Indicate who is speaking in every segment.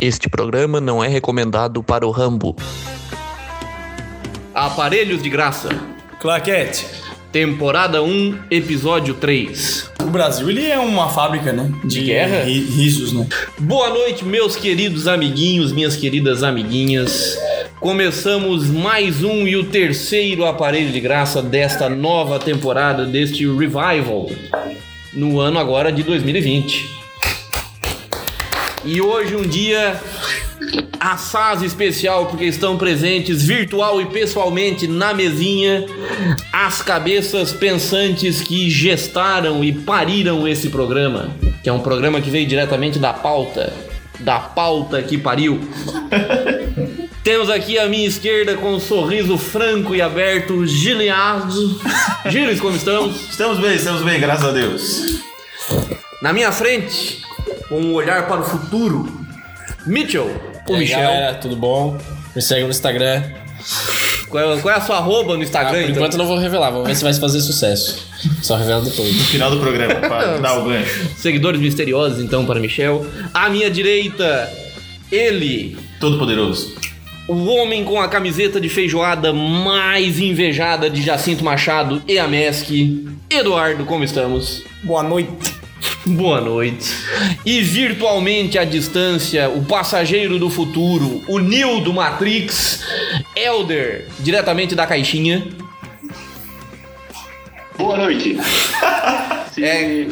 Speaker 1: Este programa não é recomendado para o Rambo.
Speaker 2: Aparelhos de Graça,
Speaker 3: Claquete.
Speaker 2: temporada 1, episódio 3.
Speaker 3: O Brasil, ele é uma fábrica, né?
Speaker 2: De guerra?
Speaker 3: ri- Risos, né?
Speaker 2: Boa noite, meus queridos amiguinhos, minhas queridas amiguinhas. Começamos mais um e o terceiro aparelho de graça desta nova temporada, deste revival, no ano agora de 2020. E hoje um dia assaz especial, porque estão presentes virtual e pessoalmente na mesinha as cabeças pensantes que gestaram e pariram esse programa, que é um programa que veio diretamente da pauta, da pauta que pariu. Temos aqui à minha esquerda com um sorriso franco e aberto, Giliardo. Giles, como estamos?
Speaker 4: Estamos bem, estamos bem, graças a Deus.
Speaker 2: Na minha frente, com um olhar para o futuro, Mitchell, o Michel.
Speaker 5: Galera, tudo bom? Me segue no Instagram.
Speaker 2: Qual é, qual é a sua arroba no
Speaker 5: Ah,
Speaker 2: Instagram?
Speaker 5: por
Speaker 2: então?
Speaker 5: enquanto eu não vou revelar, vou ver se vai fazer sucesso. Só revela depois.
Speaker 4: Final do programa, para dar o gancho.
Speaker 2: Seguidores misteriosos, então, para Michel. À minha direita, ele,
Speaker 4: Todo poderoso.
Speaker 2: o homem com a camiseta de feijoada mais invejada de Jacinto Machado e a MESC, Eduardo, como estamos?
Speaker 3: Boa noite.
Speaker 2: Boa noite. E virtualmente à distância, o passageiro do futuro, o Neo do Matrix, Elder, diretamente da caixinha.
Speaker 6: Boa noite. Se,
Speaker 2: É.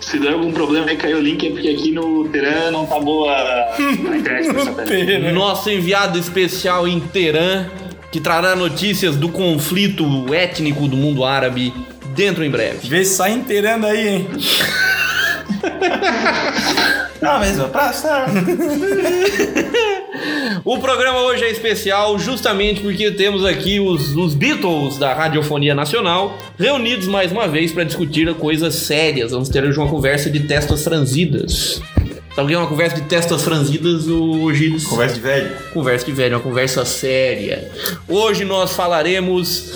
Speaker 6: se der algum problema aí caiu o link, é porque aqui no Teran não tá boa a internet. pra essa tela.
Speaker 2: Nosso enviado especial em Teherã, que trará notícias do conflito étnico do mundo árabe dentro em breve.
Speaker 3: Vê se sai inteirando aí, hein?
Speaker 4: Na mesma praça.
Speaker 2: O programa hoje é especial justamente porque temos aqui os, os Beatles da Radiofonia Nacional reunidos mais uma vez para discutir coisas sérias. Vamos ter hoje uma conversa de testas franzidas. Se alguém é uma conversa de testas franzidas, o Gilles.
Speaker 4: Conversa de velho.
Speaker 2: Conversa de velho, uma conversa séria. Hoje nós falaremos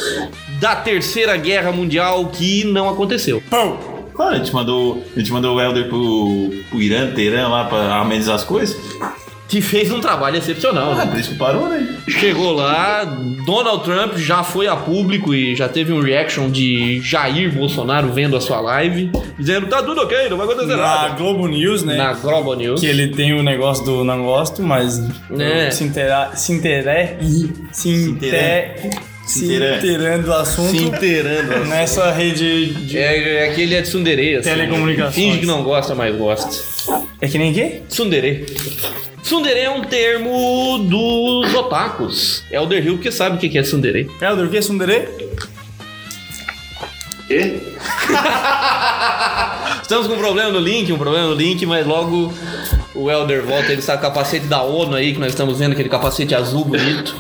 Speaker 2: da Terceira Guerra Mundial que não aconteceu.
Speaker 4: Claro, a gente mandou, a gente mandou o Helder pro, pro Irã, Teherã lá pra amenizar as coisas.
Speaker 2: Que fez um trabalho excepcional.
Speaker 4: Ah,
Speaker 2: né?
Speaker 4: por isso que parou, né?
Speaker 2: Chegou lá, Donald Trump já foi a público e já teve um reaction de Jair Bolsonaro vendo a sua live, dizendo: tá tudo ok, não vai acontecer
Speaker 3: Na
Speaker 2: nada.
Speaker 3: Globo News, né?
Speaker 2: Na Globo News.
Speaker 3: Que ele tem o negócio do não gosto, mas...
Speaker 2: É.
Speaker 3: Se inteirar... Se inteirar... Se
Speaker 4: inteirar.
Speaker 3: inte- Se
Speaker 4: inteirar.
Speaker 3: inteirando do assunto.
Speaker 2: Se inteirando.
Speaker 3: Nessa rede de...
Speaker 2: É, é que ele é de sunderê, assim.
Speaker 3: Telecomunicações.
Speaker 2: Finge que não gosta, mas gosta.
Speaker 3: É que nem quê?
Speaker 2: Sunderê. Sunderê é um termo dos otakus. É o Hill que sabe o que que é sunderê.
Speaker 3: Helder, o que é Sundere?
Speaker 6: E?
Speaker 2: Estamos com um problema no link, um problema no link, mas logo o Elder volta, ele está com o capacete da ONU aí, que nós estamos vendo aquele capacete azul bonito.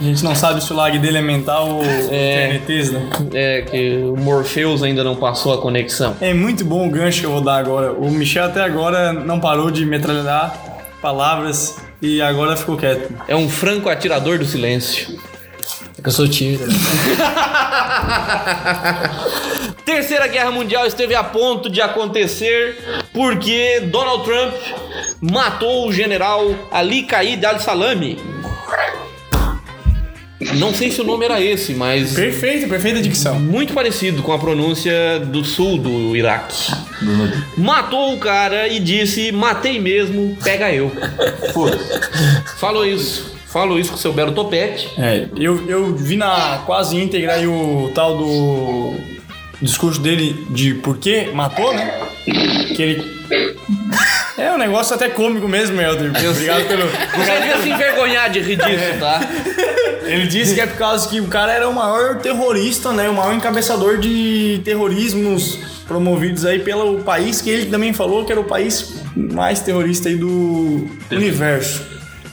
Speaker 3: A gente não sabe se o lag dele é mental ou
Speaker 2: É.
Speaker 3: TNTs, né?
Speaker 2: É, que o Morpheus ainda não passou a conexão.
Speaker 3: É muito bom o gancho que eu vou dar agora. O Michel até agora não parou de metralhar palavras e agora ficou quieto.
Speaker 2: É um franco atirador do silêncio.
Speaker 5: É que eu sou tímido.
Speaker 2: Terceira Guerra Mundial esteve a ponto de acontecer porque Donald Trump matou o general Ali Qaid al-Salami. Não sei se o nome era esse, mas
Speaker 3: Perfeito, perfeita dicção.
Speaker 2: muito parecido com a pronúncia do sul do Iraque. Matou o cara e disse: Matei mesmo, pega eu.
Speaker 4: Foda-se.
Speaker 2: Falou isso. Falou isso com seu belo topete.
Speaker 3: É, eu, eu vi na quase íntegra aí o tal do discurso dele de por que matou, né? Que ele. É um negócio até cômico mesmo, Helder. Obrigado pelo. É.
Speaker 2: Você devia se envergonhar de rir disso, tá?
Speaker 3: Ele disse que é por causa que o cara era o maior terrorista, né? O maior encabeçador de terrorismos promovidos aí pelo país, que ele também falou que era o país mais terrorista aí do universo.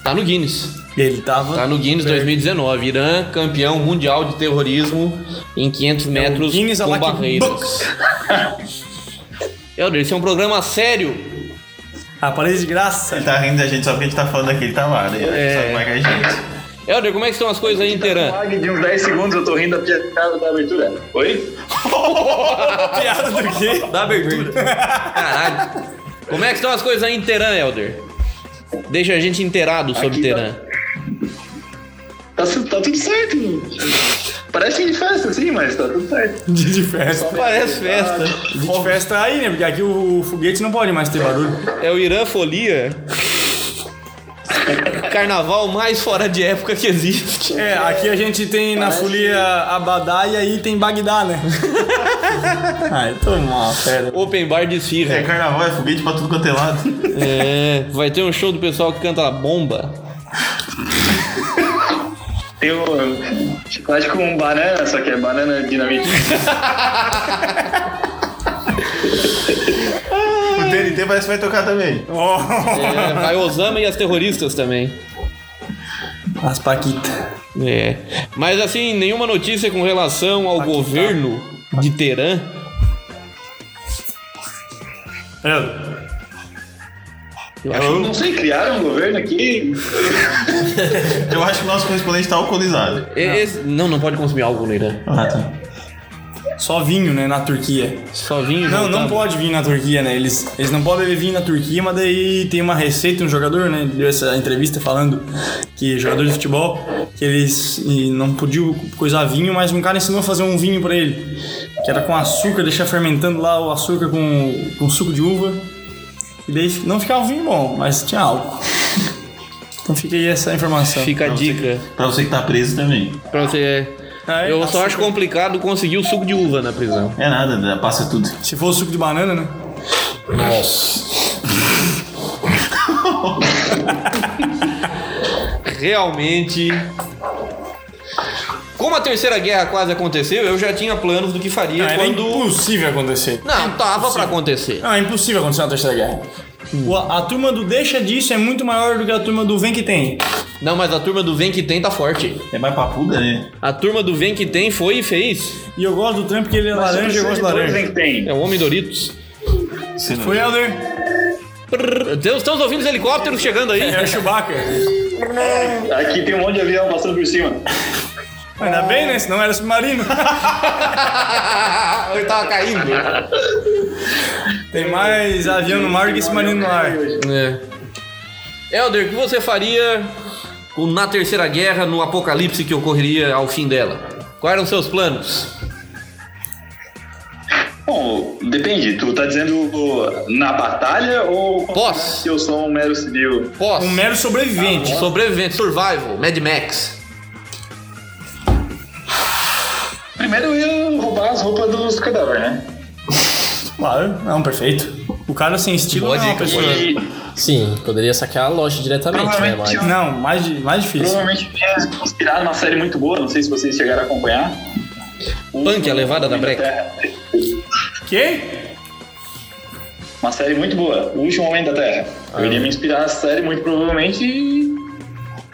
Speaker 2: Tá no Guinness.
Speaker 3: Ele tava.
Speaker 2: Tá no Guinness
Speaker 3: É.
Speaker 2: 2019. Irã, campeão mundial de terrorismo em 500 metros
Speaker 3: É Guinness
Speaker 2: com
Speaker 3: Alac-
Speaker 2: barreiras. Helder, esse é um programa sério.
Speaker 3: A parede de
Speaker 4: Ele
Speaker 3: graça.
Speaker 4: tá rindo da gente só porque a gente tá falando daquele tá lá, né?
Speaker 2: É.
Speaker 4: Só marca a gente.
Speaker 2: Helder, como é que estão as coisas aí em Teherã?
Speaker 6: Lag de uns 10 segundos eu tô rindo da piada da abertura. Oi?
Speaker 3: Piada do quê?
Speaker 2: Da abertura. Caralho. Como é que estão as coisas aí em Teherã, Helder? Deixa a gente inteirado sobre
Speaker 6: Aqui
Speaker 2: Teherã.
Speaker 6: Tá, su- tá tudo certo. Parece de festa, sim, mas tá tudo certo.
Speaker 3: Dia de festa.
Speaker 2: Parece festa.
Speaker 3: Dia de festa aí, né? Porque aqui o foguete não pode mais ter barulho.
Speaker 2: É o Irã Folia. Carnaval mais fora de época que existe.
Speaker 3: É, aqui a gente tem na folia Abadá e aí tem Bagdá, né? Ai, toma uma fera.
Speaker 2: Open bar de
Speaker 4: É
Speaker 2: esfirra.
Speaker 4: carnaval, é foguete pra tudo quanto é lado.
Speaker 2: É, vai ter um show do pessoal que canta bomba.
Speaker 6: Tem um chocolate com banana, só que é banana dinamite.
Speaker 4: O TNT parece que vai tocar também.
Speaker 2: É, vai Osama e as terroristas também.
Speaker 3: As Paquitas.
Speaker 2: É. Mas assim, nenhuma notícia com relação ao governo de Teherã.
Speaker 3: É,
Speaker 2: Eu acho
Speaker 6: Não sei, criaram um governo aqui.
Speaker 4: Eu acho que o nosso correspondente tá alcoolizado.
Speaker 2: que- esse- não, não pode consumir álcool no Irã.
Speaker 4: Ah, tá.
Speaker 3: Só vinho, né, na Turquia.
Speaker 2: Só vinho.
Speaker 3: Não, não
Speaker 2: tá-
Speaker 3: pode vir na Turquia, né? Eles, eles não podem beber vinho na Turquia, mas daí tem uma receita, um jogador, né? Deu essa entrevista falando que jogador de futebol, que eles e não podiam coisar vinho, mas um cara ensinou a fazer um vinho pra ele. Que era com açúcar, deixar fermentando lá o açúcar com, com suco de uva. E daí fi- não ficava um vinho bom, mas tinha álcool. Então fica aí essa informação.
Speaker 2: Fica a
Speaker 4: Pra você-
Speaker 2: dica.
Speaker 4: Pra você que tá preso também.
Speaker 2: Pra você.
Speaker 3: Aí,
Speaker 2: Eu só
Speaker 3: açúcar.
Speaker 2: acho complicado conseguir o suco de uva na prisão.
Speaker 4: É nada, né? passa tudo.
Speaker 3: Se for suco de banana, né?
Speaker 2: realmente. Como a terceira guerra quase aconteceu, eu já tinha planos do que faria
Speaker 3: Não, Ah, era
Speaker 2: quando.
Speaker 3: impossível acontecer.
Speaker 2: Não, tava pra acontecer.
Speaker 3: Não, é impossível acontecer uma terceira guerra. O- A, turma do deixa disso é muito maior do que a turma do vem que tem.
Speaker 2: Não, mas a turma do Vem que tem tá forte.
Speaker 4: É mais papuda, né?
Speaker 2: A turma do Vem que tem foi e fez.
Speaker 3: E eu gosto do Trump porque ele é laranja e eu gosto de laranja.
Speaker 6: que tem.
Speaker 2: É o Homem Doritos.
Speaker 4: Você não-
Speaker 3: Foi Helder.
Speaker 2: Prrr, Deus, estamos ouvindo os helicópteros chegando aí.
Speaker 3: É o Chewbacca.
Speaker 6: Aqui tem um monte de avião passando por cima.
Speaker 3: Ainda bem, né? Senão era submarino. É.
Speaker 2: Ele tava Tá caindo.
Speaker 3: Tem mais avião no mar do que submarino no ar.
Speaker 2: É. Elder, o que você faria com- na terceira guerra, no apocalipse que ocorreria ao fim dela? Quais eram seus planos?
Speaker 6: Bom, depende. Tu tá dizendo o- na batalha ou...
Speaker 2: Pós.
Speaker 6: Que eu sou um mero civil.
Speaker 2: Pós.
Speaker 3: Um mero sobrevivente.
Speaker 2: Sobrevivente, survival, Mad Max.
Speaker 6: Primeiro eu ia roubar as roupas dos cadáveres, né?
Speaker 3: Claro, não, perfeito. O cara sem estilo
Speaker 2: Boa
Speaker 3: não é
Speaker 2: dica,
Speaker 3: uma pessoa.
Speaker 6: E
Speaker 5: Sim, poderia saquear a loja
Speaker 2: Ah,
Speaker 5: diretamente, né? Mas...
Speaker 6: Provavelmente
Speaker 3: Não, mais, di- mais difícil.
Speaker 6: provavelmente é inspirado numa série muito boa, não sei se vocês chegaram a acompanhar. O-
Speaker 2: Punk, a levada da breca.
Speaker 6: Terra.
Speaker 3: Quê?
Speaker 6: Uma série muito boa, O Último Homem da Terra. Eu
Speaker 4: Ah.
Speaker 6: iria me inspirar nessa série, muito provavelmente, e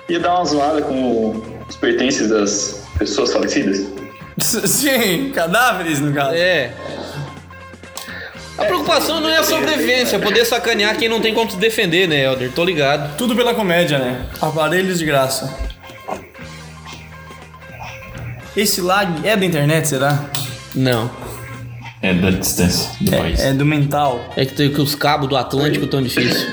Speaker 6: ia dar uma zoada com os pertences das pessoas falecidas.
Speaker 3: S- Sim, cadáveres no caso.
Speaker 2: É. A preocupação não é a sobrevivência, é poder sacanear quem não tem como se defender, né, Elder? Tô ligado.
Speaker 3: Tudo pela comédia, né? Aparelhos de graça. Esse lag é da internet, será?
Speaker 2: Não.
Speaker 4: É da distância do país.
Speaker 3: É, é do mental.
Speaker 2: É que, tem- que os cabos do Atlântico tão difíceis.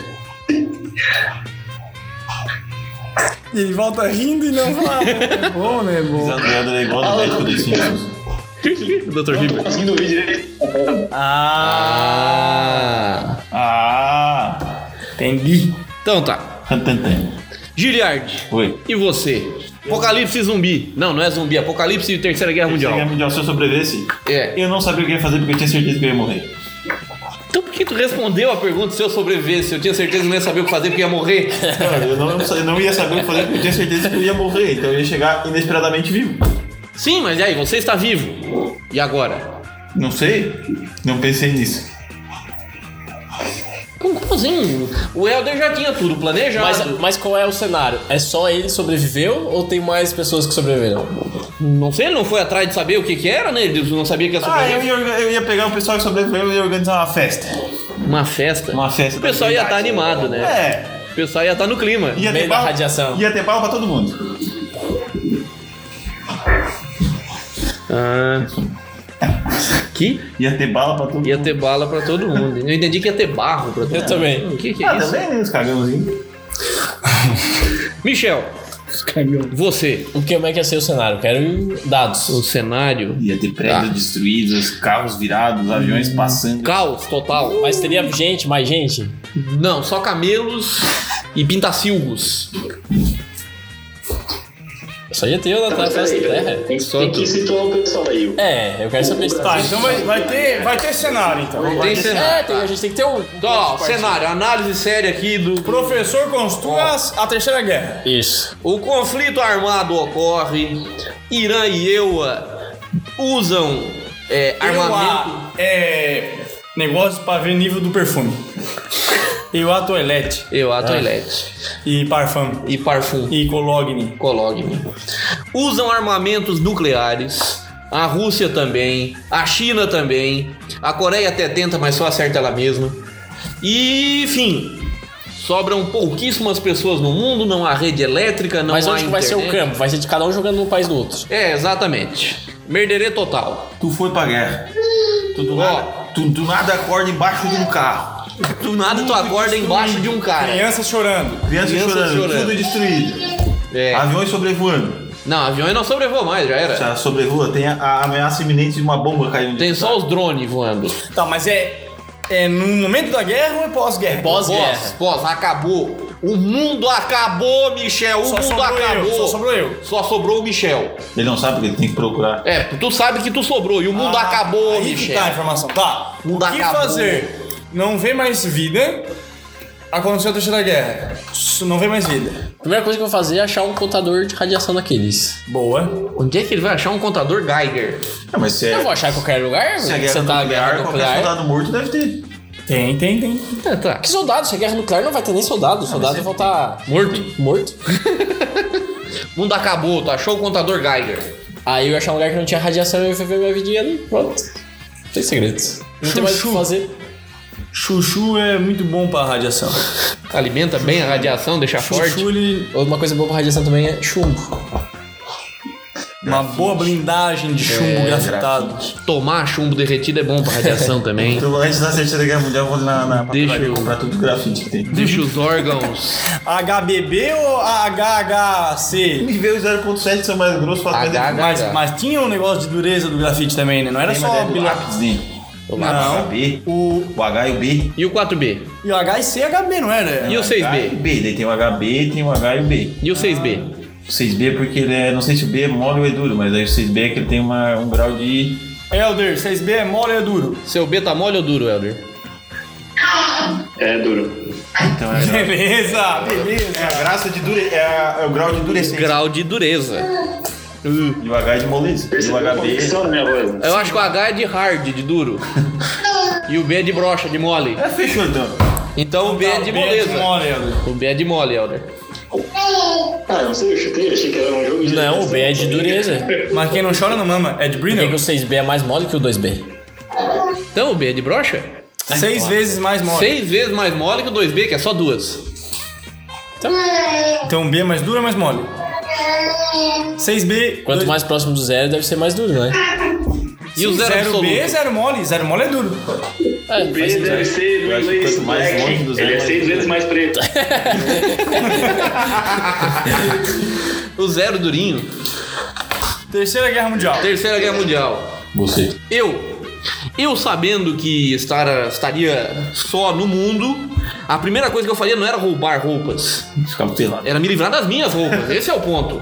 Speaker 3: E ele volta rindo e não fala. é bom, né? É bom.
Speaker 4: Desadorado é igual do médico dos Simpsons.
Speaker 2: Dr.
Speaker 6: Não tô conseguindo ouvir direito.
Speaker 3: Ah,
Speaker 2: Ah.
Speaker 4: Ah!
Speaker 3: entendi.
Speaker 2: Então tá.
Speaker 4: Rantantan.
Speaker 2: Giliard,
Speaker 4: Oi.
Speaker 2: e você? Apocalipse zumbi. Não, não é zumbi, apocalipse e Terceira Guerra
Speaker 4: Você quer
Speaker 2: Mundial.
Speaker 4: me dar o seu sobrevivesse?
Speaker 2: É.
Speaker 4: Eu não sabia o que ia fazer porque eu tinha certeza que eu ia morrer.
Speaker 2: Então por que tu respondeu a pergunta se eu sobrevivesse? Eu tinha certeza que não ia saber o que fazer porque ia morrer.
Speaker 4: Cara, eu não, eu não ia saber o que fazer porque eu tinha certeza que eu ia morrer. Então eu ia chegar inesperadamente vivo.
Speaker 2: Sim, mas e aí, você está vivo. E agora?
Speaker 4: Não sei. Não pensei nisso.
Speaker 2: Como como assim? O Helder já tinha tudo planejado.
Speaker 5: Mas, mas qual é o cenário? É só ele sobreviveu ou tem mais pessoas que sobreviveram?
Speaker 2: Não sei, ele não foi atrás de saber o que que era, né? Ele não sabia que ia
Speaker 4: Ah, eu
Speaker 2: sobreviver.
Speaker 4: ia, eu ia pegar o pessoal que sobreviveu e ia organizar uma festa.
Speaker 2: Uma festa.
Speaker 4: Uma festa.
Speaker 2: O pessoal ia estar animado, né?
Speaker 4: É.
Speaker 2: O pessoal ia estar no clima.
Speaker 4: Ia
Speaker 5: Meio
Speaker 4: ter
Speaker 5: da
Speaker 4: bala,
Speaker 5: radiação.
Speaker 4: Ia ter bala pra todo mundo.
Speaker 2: Ah. Que?
Speaker 4: Ia ter bala pra todo mundo.
Speaker 2: Ia ter bala pra todo mundo. Eu entendi que ia ter barro pra todo
Speaker 5: Eu
Speaker 2: mundo.
Speaker 5: também.
Speaker 2: O que que é
Speaker 4: Ah,
Speaker 2: isso?
Speaker 4: também, né? Os cagãozinhos.
Speaker 2: Michel,
Speaker 3: Os caminhões.
Speaker 2: você,
Speaker 5: O que, como é que ia ser o cenário? Eu quero dados.
Speaker 2: o cenário.
Speaker 4: Ia ter prédios
Speaker 2: Tá. Hum.
Speaker 4: destruídos, carros virados, aviões passando.
Speaker 2: Caos total.
Speaker 5: Mas teria gente, mais gente?
Speaker 2: Não, só camelos e pintacilgos.
Speaker 5: Só ia ter eu na
Speaker 6: Tá, mas
Speaker 5: face da
Speaker 6: peraí, peraí.
Speaker 5: terra.
Speaker 6: Tem,
Speaker 2: Só
Speaker 6: tem
Speaker 2: tu.
Speaker 6: É que situar o pessoal aí.
Speaker 5: É, eu quero saber se
Speaker 3: Tá, então vai, vai ter, vai ter cenário então.
Speaker 2: Não tem
Speaker 5: É,
Speaker 2: cenário.
Speaker 5: tem- a gente tem que ter um. um
Speaker 2: Então, ó,
Speaker 5: ponto de partida.
Speaker 2: cenário, análise séria aqui do.
Speaker 3: Professor construa as- a terceira guerra.
Speaker 5: Isso.
Speaker 2: O conflito armado ocorre. Irã e EUA usam é, armamento.
Speaker 3: Eu, a, é. Negócio pra ver nível do perfume. E o toilette.
Speaker 2: EUA,
Speaker 6: Ah.
Speaker 2: toilette.
Speaker 3: E parfum.
Speaker 2: E parfum.
Speaker 3: E cologne.
Speaker 2: Cologne. Usam armamentos nucleares. A Rússia também. A China também. A Coreia até tenta, mas só acerta ela mesma. E, enfim. Sobram pouquíssimas pessoas no mundo, não há rede elétrica, não
Speaker 5: Mas
Speaker 2: há
Speaker 5: onde que vai ser o
Speaker 2: internet.
Speaker 5: campo? Vai ser de cada um jogando no país do outro.
Speaker 2: É, exatamente. Merderê total.
Speaker 4: Tu foi pra guerra. Tu do,
Speaker 2: Ó.
Speaker 4: nada, tu do nada acorda embaixo de um carro.
Speaker 2: Do nada tu acorda embaixo de um cara.
Speaker 3: Criança chorando.
Speaker 4: Crianças
Speaker 2: Crianças
Speaker 4: chorando,
Speaker 2: chorando.
Speaker 4: tudo destruído.
Speaker 2: É.
Speaker 4: Aviões sobrevoando.
Speaker 2: Não, aviões não sobrevoam mais, já era.
Speaker 4: Já sobrevoa, tem a, a ameaça iminente de uma bomba caindo.
Speaker 2: Tem só os drones voando.
Speaker 3: Tá, mas é. É no momento da guerra ou é pós-guerra?
Speaker 2: Pós, pós, acabou. O mundo acabou, Michel. O
Speaker 3: Só
Speaker 2: mundo
Speaker 3: sobrou
Speaker 2: acabou.
Speaker 3: eu, só sobrou eu.
Speaker 2: Só sobrou o Michel.
Speaker 4: Ele não sabe porque ele tem que procurar.
Speaker 2: É, tu sabe que tu sobrou e o mundo
Speaker 3: Ah,
Speaker 2: acabou,
Speaker 3: aí que
Speaker 2: Michel.
Speaker 3: tá a informação. Tá.
Speaker 2: Mundo
Speaker 3: o que
Speaker 2: acabou.
Speaker 3: fazer? Não vê mais vida. Aconteceu a terceira guerra. S- Não vê mais vida.
Speaker 5: Primeira coisa que eu vou fazer é achar um contador de radiação daqueles.
Speaker 3: Boa.
Speaker 2: Onde é que ele vai achar um contador Geiger?
Speaker 4: É, mas se é,
Speaker 5: Eu vou achar em qualquer lugar.
Speaker 4: se é
Speaker 5: que
Speaker 4: guerra
Speaker 5: você tá na
Speaker 4: nuclear,
Speaker 5: guerra
Speaker 4: qualquer
Speaker 5: nuclear.
Speaker 4: soldado morto deve ter.
Speaker 3: Tem, tem, tem.
Speaker 2: É, tá.
Speaker 5: Que soldado? Se é guerra nuclear não vai ter nem soldado. soldado
Speaker 4: Ah, mas
Speaker 5: vai estar
Speaker 2: Morto.
Speaker 5: morto.
Speaker 2: O mundo acabou, tu achou o contador Geiger.
Speaker 5: Aí eu ia achar um lugar que não tinha radiação e eu ia viver minha vidinha ali. Pronto. Não tem segredos. Não tem mais o que
Speaker 3: Chuchu.
Speaker 5: fazer.
Speaker 3: Chuchu é muito bom pra radiação.
Speaker 2: Alimenta bem a radiação, deixa forte.
Speaker 3: Chuchu, ele.
Speaker 5: Uma coisa boa pra radiação também é chumbo.
Speaker 3: Uma boa blindagem de chumbo grafitado.
Speaker 2: Tomar chumbo derretido é bom pra radiação também.
Speaker 4: Então, antes da terceira guerra mundial, eu vou na, na
Speaker 2: Deixa
Speaker 4: papelaria
Speaker 2: eu-
Speaker 4: comprar tudo grafite que tem.
Speaker 2: Deixa os órgãos
Speaker 3: HBB ou HHC?
Speaker 4: Me vê os 0.7 são mais grossos pra
Speaker 2: HH.
Speaker 4: aprender.
Speaker 3: Mas, mas tinha um negócio de dureza do grafite também, né? Não era
Speaker 4: Mas
Speaker 3: só
Speaker 4: é do
Speaker 3: bilateral.
Speaker 4: lápis, né?
Speaker 3: Não.
Speaker 4: HB,
Speaker 3: O,
Speaker 4: o H e o B.
Speaker 2: E o 4B?
Speaker 3: e o H e C HB, não era?
Speaker 2: E o
Speaker 4: H e
Speaker 2: 6B?
Speaker 4: B, daí tem o HB, tem o H e o B.
Speaker 2: E o 6B?
Speaker 4: O 6B é porque ele é, não sei se o B é mole ou é duro, mas aí o 6B é que ele tem uma, um grau de
Speaker 3: Elder, 6B é mole ou é duro?
Speaker 2: Seu B tá mole ou duro, Helder?
Speaker 6: É duro.
Speaker 4: Então é,
Speaker 3: Beleza, beleza.
Speaker 4: a graça de dure, é, a- é o grau de durecência.
Speaker 2: Grau de dureza. Uh.
Speaker 4: E o H é de moleza. E é o
Speaker 6: Percebeu a
Speaker 4: HB.
Speaker 6: convicção na minha voz? né?
Speaker 2: Eu acho que o H é de hard, de duro. E o B é de brocha, de mole.
Speaker 4: É, fechou então.
Speaker 2: Então o B é de
Speaker 3: Tá, B é de
Speaker 2: moleza.
Speaker 3: mole, Elder.
Speaker 2: O B é de mole, Helder.
Speaker 6: Ah, não sei, eu chutei, achei que era um jogo de.
Speaker 5: Não, o B é de dureza.
Speaker 3: Mas quem não chora não mama. É de
Speaker 5: Por que, que o
Speaker 3: Brino?
Speaker 5: 6B é mais mole que o 2B?
Speaker 2: Então o B é de brocha?
Speaker 3: Seis vezes mais mole.
Speaker 2: Seis vezes mais mole que o 2B, que é só duas.
Speaker 3: Então B é mais duro ou mais mole? 6B.
Speaker 5: Quanto mais próximo do zero, deve ser mais duro, né?
Speaker 2: E o zero absoluto?
Speaker 3: B, zero mole. Zero mole é duro.
Speaker 5: É,
Speaker 6: B
Speaker 5: faz
Speaker 6: deve
Speaker 5: sentido.
Speaker 6: ser
Speaker 4: né? Eu
Speaker 6: do
Speaker 4: acho que
Speaker 6: inglês
Speaker 4: quanto mais
Speaker 6: black.
Speaker 4: longe né? do zero,
Speaker 6: Ele é
Speaker 4: mais
Speaker 6: seis vezes mais preto.
Speaker 2: O zero durinho.
Speaker 3: Terceira Guerra Mundial.
Speaker 2: Terceira Guerra Mundial.
Speaker 5: Você.
Speaker 2: Eu. Eu sabendo que estar, estaria só no mundo, a primeira coisa que eu faria não era roubar roupas.
Speaker 4: Ficamos pelados.
Speaker 2: Era me livrar das minhas roupas. Esse é o ponto.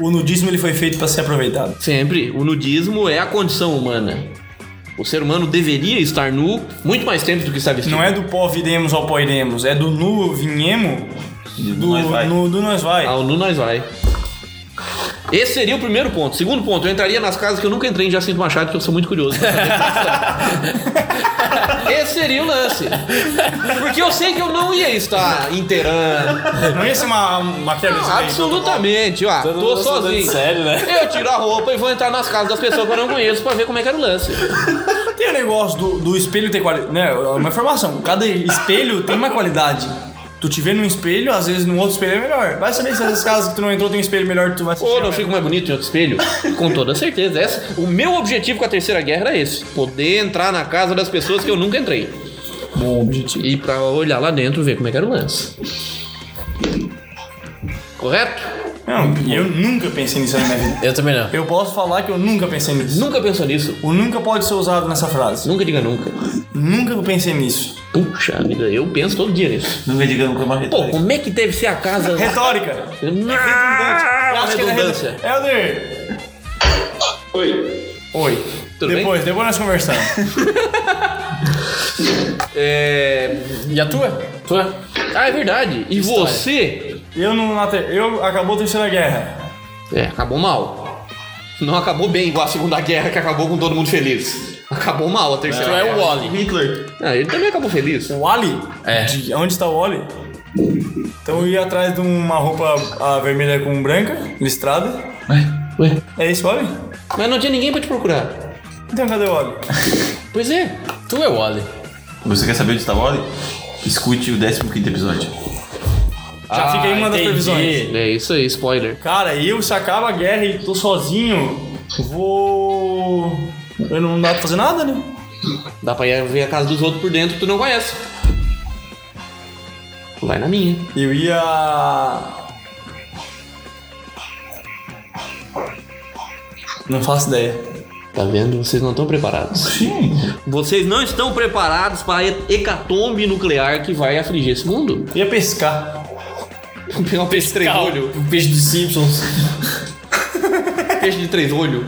Speaker 3: O nudismo ele foi feito pra ser aproveitado.
Speaker 2: Sempre. O nudismo é a condição humana. O ser humano deveria estar nu muito mais tempo do que está vestido.
Speaker 3: Não é do pó viremos ao pó iremos. É do nu vinhemo.
Speaker 4: Do
Speaker 3: Do,
Speaker 4: nós vai.
Speaker 3: no- do nós vai.
Speaker 2: Ao nu nós vai. Esse seria o primeiro ponto. Segundo ponto, eu entraria nas casas que eu nunca entrei em Jacinto Machado, porque eu sou muito curioso. pra saber como está. Esse seria o lance. Porque eu sei que eu não ia estar inteirando.
Speaker 3: Não é ia ser uma, uma quebra de lei.
Speaker 2: Absolutamente. Ó,
Speaker 5: Todo
Speaker 2: tô
Speaker 5: mundo tá dando
Speaker 2: sozinho.
Speaker 5: Sério, né?
Speaker 2: Eu tiro a roupa e vou entrar nas casas das pessoas que eu não conheço pra ver como é que era o lance.
Speaker 3: Tem o negócio do, do espelho ter qualidade. Né? É uma informação. Cada espelho tem uma qualidade. Tu te vê num espelho, às vezes num outro espelho é melhor. Vai saber se essas casas que tu não entrou tem um espelho melhor que tu vai se
Speaker 2: Ou
Speaker 3: enxergar.
Speaker 2: não fico mais bonito em outro espelho? Com toda certeza. Essa, o meu objetivo com a terceira guerra era esse: poder entrar na casa das pessoas que eu nunca entrei.
Speaker 3: Bom objetivo.
Speaker 2: E pra olhar lá dentro ver como é que era o lance. Correto?
Speaker 3: Não, eu nunca pensei nisso na minha vida.
Speaker 5: Eu também não.
Speaker 3: Eu posso falar que eu nunca pensei nisso.
Speaker 2: Nunca pensou nisso.
Speaker 3: O nunca pode ser usado nessa frase.
Speaker 2: Nunca diga nunca.
Speaker 3: Nunca pensei nisso.
Speaker 2: Puxa vida, eu penso todo dia nisso.
Speaker 4: Nunca digamos que é uma
Speaker 2: Pô,
Speaker 4: retórica.
Speaker 2: como é que deve ser a casa.
Speaker 3: Retórica.
Speaker 2: Ah,
Speaker 3: Eu
Speaker 2: uma
Speaker 3: acho que ele é
Speaker 2: é redundância.
Speaker 3: redo- Helder!
Speaker 6: Oi.
Speaker 3: Oi.
Speaker 2: Tudo bem?
Speaker 3: depois, depois nós conversamos.
Speaker 2: É.
Speaker 5: E a tua? Tua?
Speaker 2: Ah, é verdade. E
Speaker 5: História.
Speaker 2: você?
Speaker 3: Eu não. na ter- Eu acabou a terceira guerra.
Speaker 2: É, acabou mal. Não acabou bem igual a Segunda Guerra que acabou com todo mundo feliz. Acabou mal a terceira.
Speaker 5: Tu é o
Speaker 2: guerra.
Speaker 5: Wally.
Speaker 4: Hitler.
Speaker 2: Ah, ele também acabou feliz.
Speaker 3: O Ali?
Speaker 5: É.
Speaker 3: De onde está o Ali? Então eu ia atrás de uma roupa ah, vermelha com branca, listrada.
Speaker 2: Ué,
Speaker 3: É isso, Ali?
Speaker 2: mas não tinha ninguém pra te procurar.
Speaker 3: Então cadê o Ali?
Speaker 2: Pois é.
Speaker 5: Tu é o Wally.
Speaker 4: Você quer saber onde está o Wally? Escute o 15 episódio.
Speaker 3: Já fiquei uma das
Speaker 5: entendi.
Speaker 3: previsões.
Speaker 2: Ah, É isso aí, spoiler.
Speaker 3: Cara, e eu se acaba a guerra e tô sozinho, vou. Eu não dá pra fazer nada, né?
Speaker 2: Dá pra ir ver a casa dos outros por dentro que tu não conhece. Vai na minha.
Speaker 3: Eu ia. Não faço ideia.
Speaker 2: Tá vendo? Vocês não estão preparados.
Speaker 4: Sim.
Speaker 2: Vocês não estão preparados para a hecatombe nuclear que vai afligir esse mundo.
Speaker 3: Ia pescar.
Speaker 2: Pegar um peixe de três olhos.
Speaker 5: O peixe dos Simpsons.
Speaker 2: Peixe de três olhos.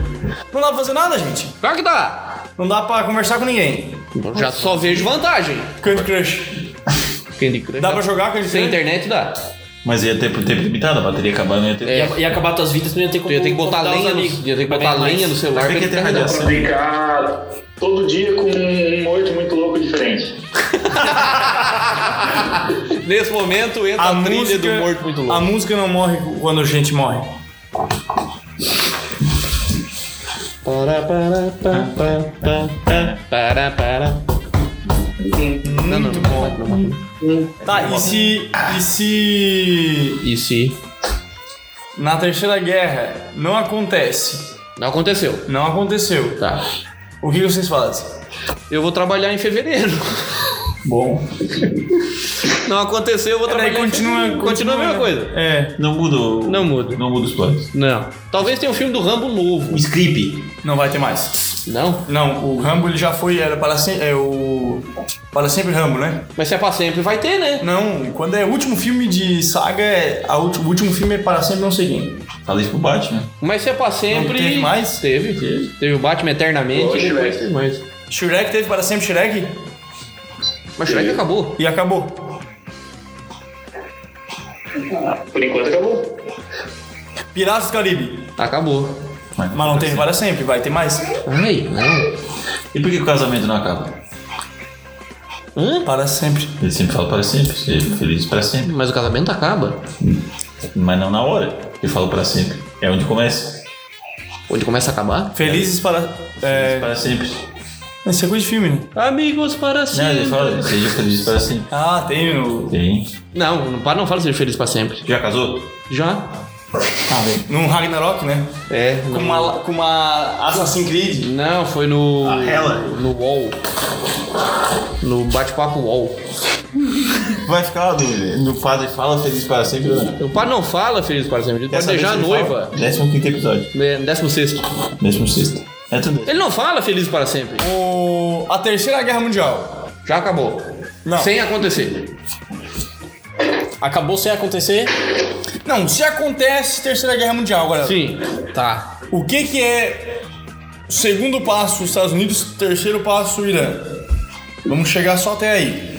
Speaker 3: Não dá pra fazer nada, gente.
Speaker 2: Claro que tá? dá.
Speaker 3: Não dá pra conversar com ninguém.
Speaker 2: Eu Já só vejo vantagem.
Speaker 3: Candy Crush.
Speaker 2: Candy Crush.
Speaker 3: Dá pra jogar Candy
Speaker 2: Sem
Speaker 3: Crush?
Speaker 2: internet dá.
Speaker 4: Mas ia ter por tempo limitado, a bateria acabando ia ter.
Speaker 2: É.
Speaker 5: E acabar tuas vidas, tu não ia ter como
Speaker 2: Tu ia ter que botar
Speaker 5: convidar os
Speaker 2: lenha no,
Speaker 5: amigos.
Speaker 2: ia ter que
Speaker 5: Pra
Speaker 2: botar
Speaker 5: ganhar
Speaker 2: lenha
Speaker 5: mais.
Speaker 2: no celular.
Speaker 4: Mas
Speaker 2: pra
Speaker 4: tem
Speaker 2: ele
Speaker 4: que ter
Speaker 2: carregar.
Speaker 4: radiação.
Speaker 6: Pra brincar todo dia com um morto muito louco diferente.
Speaker 2: Nesse momento entra a, trilha do morto muito
Speaker 3: A
Speaker 2: louco.
Speaker 3: música não morre quando a gente morre.
Speaker 2: Para, para, pa, pa, pa, pa, para, para. Não, não, não. morre, não morre.
Speaker 3: Tá, e se. E se.
Speaker 2: E se
Speaker 3: Na terceira guerra não acontece.
Speaker 2: não aconteceu?
Speaker 3: Não aconteceu.
Speaker 2: Tá.
Speaker 3: O que vocês fazem?
Speaker 2: Eu vou trabalhar em fevereiro.
Speaker 3: Bom.
Speaker 2: Não aconteceu, eu vou trabalhar.
Speaker 3: Daí
Speaker 2: em
Speaker 3: É, continua.
Speaker 2: fevereiro. continua a mesma coisa.
Speaker 3: É.
Speaker 4: Não muda. o-
Speaker 2: Não muda.
Speaker 4: Não muda os planos.
Speaker 2: Não. Talvez tenha um filme do Rambo novo.
Speaker 4: O script.
Speaker 3: Não vai ter mais.
Speaker 2: Não?
Speaker 3: Não, o Rambo ele já foi, era para sempre. É o. Para sempre Rambo, né?
Speaker 2: Mas se é pra sempre, vai ter, né?
Speaker 3: Não, quando é o último filme de saga, é a ulti- o último filme é para sempre não sei quem.
Speaker 4: Fala isso pro Batman.
Speaker 2: Mas se é pra sempre.
Speaker 3: Não teve mais?
Speaker 2: Teve. Teve, o Batman eternamente.
Speaker 6: Ô,
Speaker 4: é
Speaker 2: e depois
Speaker 6: Shrek.
Speaker 2: teve mais.
Speaker 3: Shrek teve para sempre Shrek
Speaker 2: Mas Shrek acabou.
Speaker 3: e acabou.
Speaker 6: Por enquanto acabou.
Speaker 3: Piratas do Caribe.
Speaker 2: Acabou.
Speaker 3: Mas não teve para sempre, vai ter mais.
Speaker 2: Ai, não.
Speaker 4: E por que o casamento não acaba?
Speaker 2: Hã?
Speaker 3: Para sempre.
Speaker 4: Ele sempre fala para sempre, seja feliz para sempre.
Speaker 2: Mas o casamento acaba.
Speaker 4: Mas não na hora. Ele fala para sempre. É onde começa.
Speaker 2: Onde começa a acabar?
Speaker 3: Felizes para. É.
Speaker 4: Para sempre.
Speaker 3: Esse é coisa de filme, né?
Speaker 2: Amigos para
Speaker 4: Não, ele
Speaker 2: sempre.
Speaker 4: fala, seja feliz para sempre.
Speaker 3: Ah, tem o.
Speaker 4: Tem.
Speaker 2: Não, não, para não fala ser feliz pra sempre.
Speaker 4: Já casou?
Speaker 2: Já?
Speaker 3: Ah, velho. Num Ragnarok, né?
Speaker 2: É.
Speaker 3: Com uma, com uma Assassin's Creed.
Speaker 2: Não, foi no.
Speaker 4: A Hela.
Speaker 2: No UOL. No bate-papo UOL.
Speaker 4: Vai ficar no, no padre fala feliz para sempre.
Speaker 2: O pai não fala feliz para sempre. Ele pode deixar a noiva.
Speaker 4: Décimo quinto episódio.
Speaker 2: né, Décimo sexto.
Speaker 4: Décimo sexto. É tudo.
Speaker 2: Ele não fala feliz para sempre.
Speaker 3: O... A Terceira Guerra Mundial.
Speaker 2: Já acabou.
Speaker 3: Não.
Speaker 2: Sem acontecer.
Speaker 5: Acabou sem acontecer.
Speaker 3: Não, se acontece Terceira Guerra Mundial agora.
Speaker 2: Sim. Tá.
Speaker 3: O que que é segundo passo Estados Unidos, terceiro passo Irã? Vamos chegar só até aí.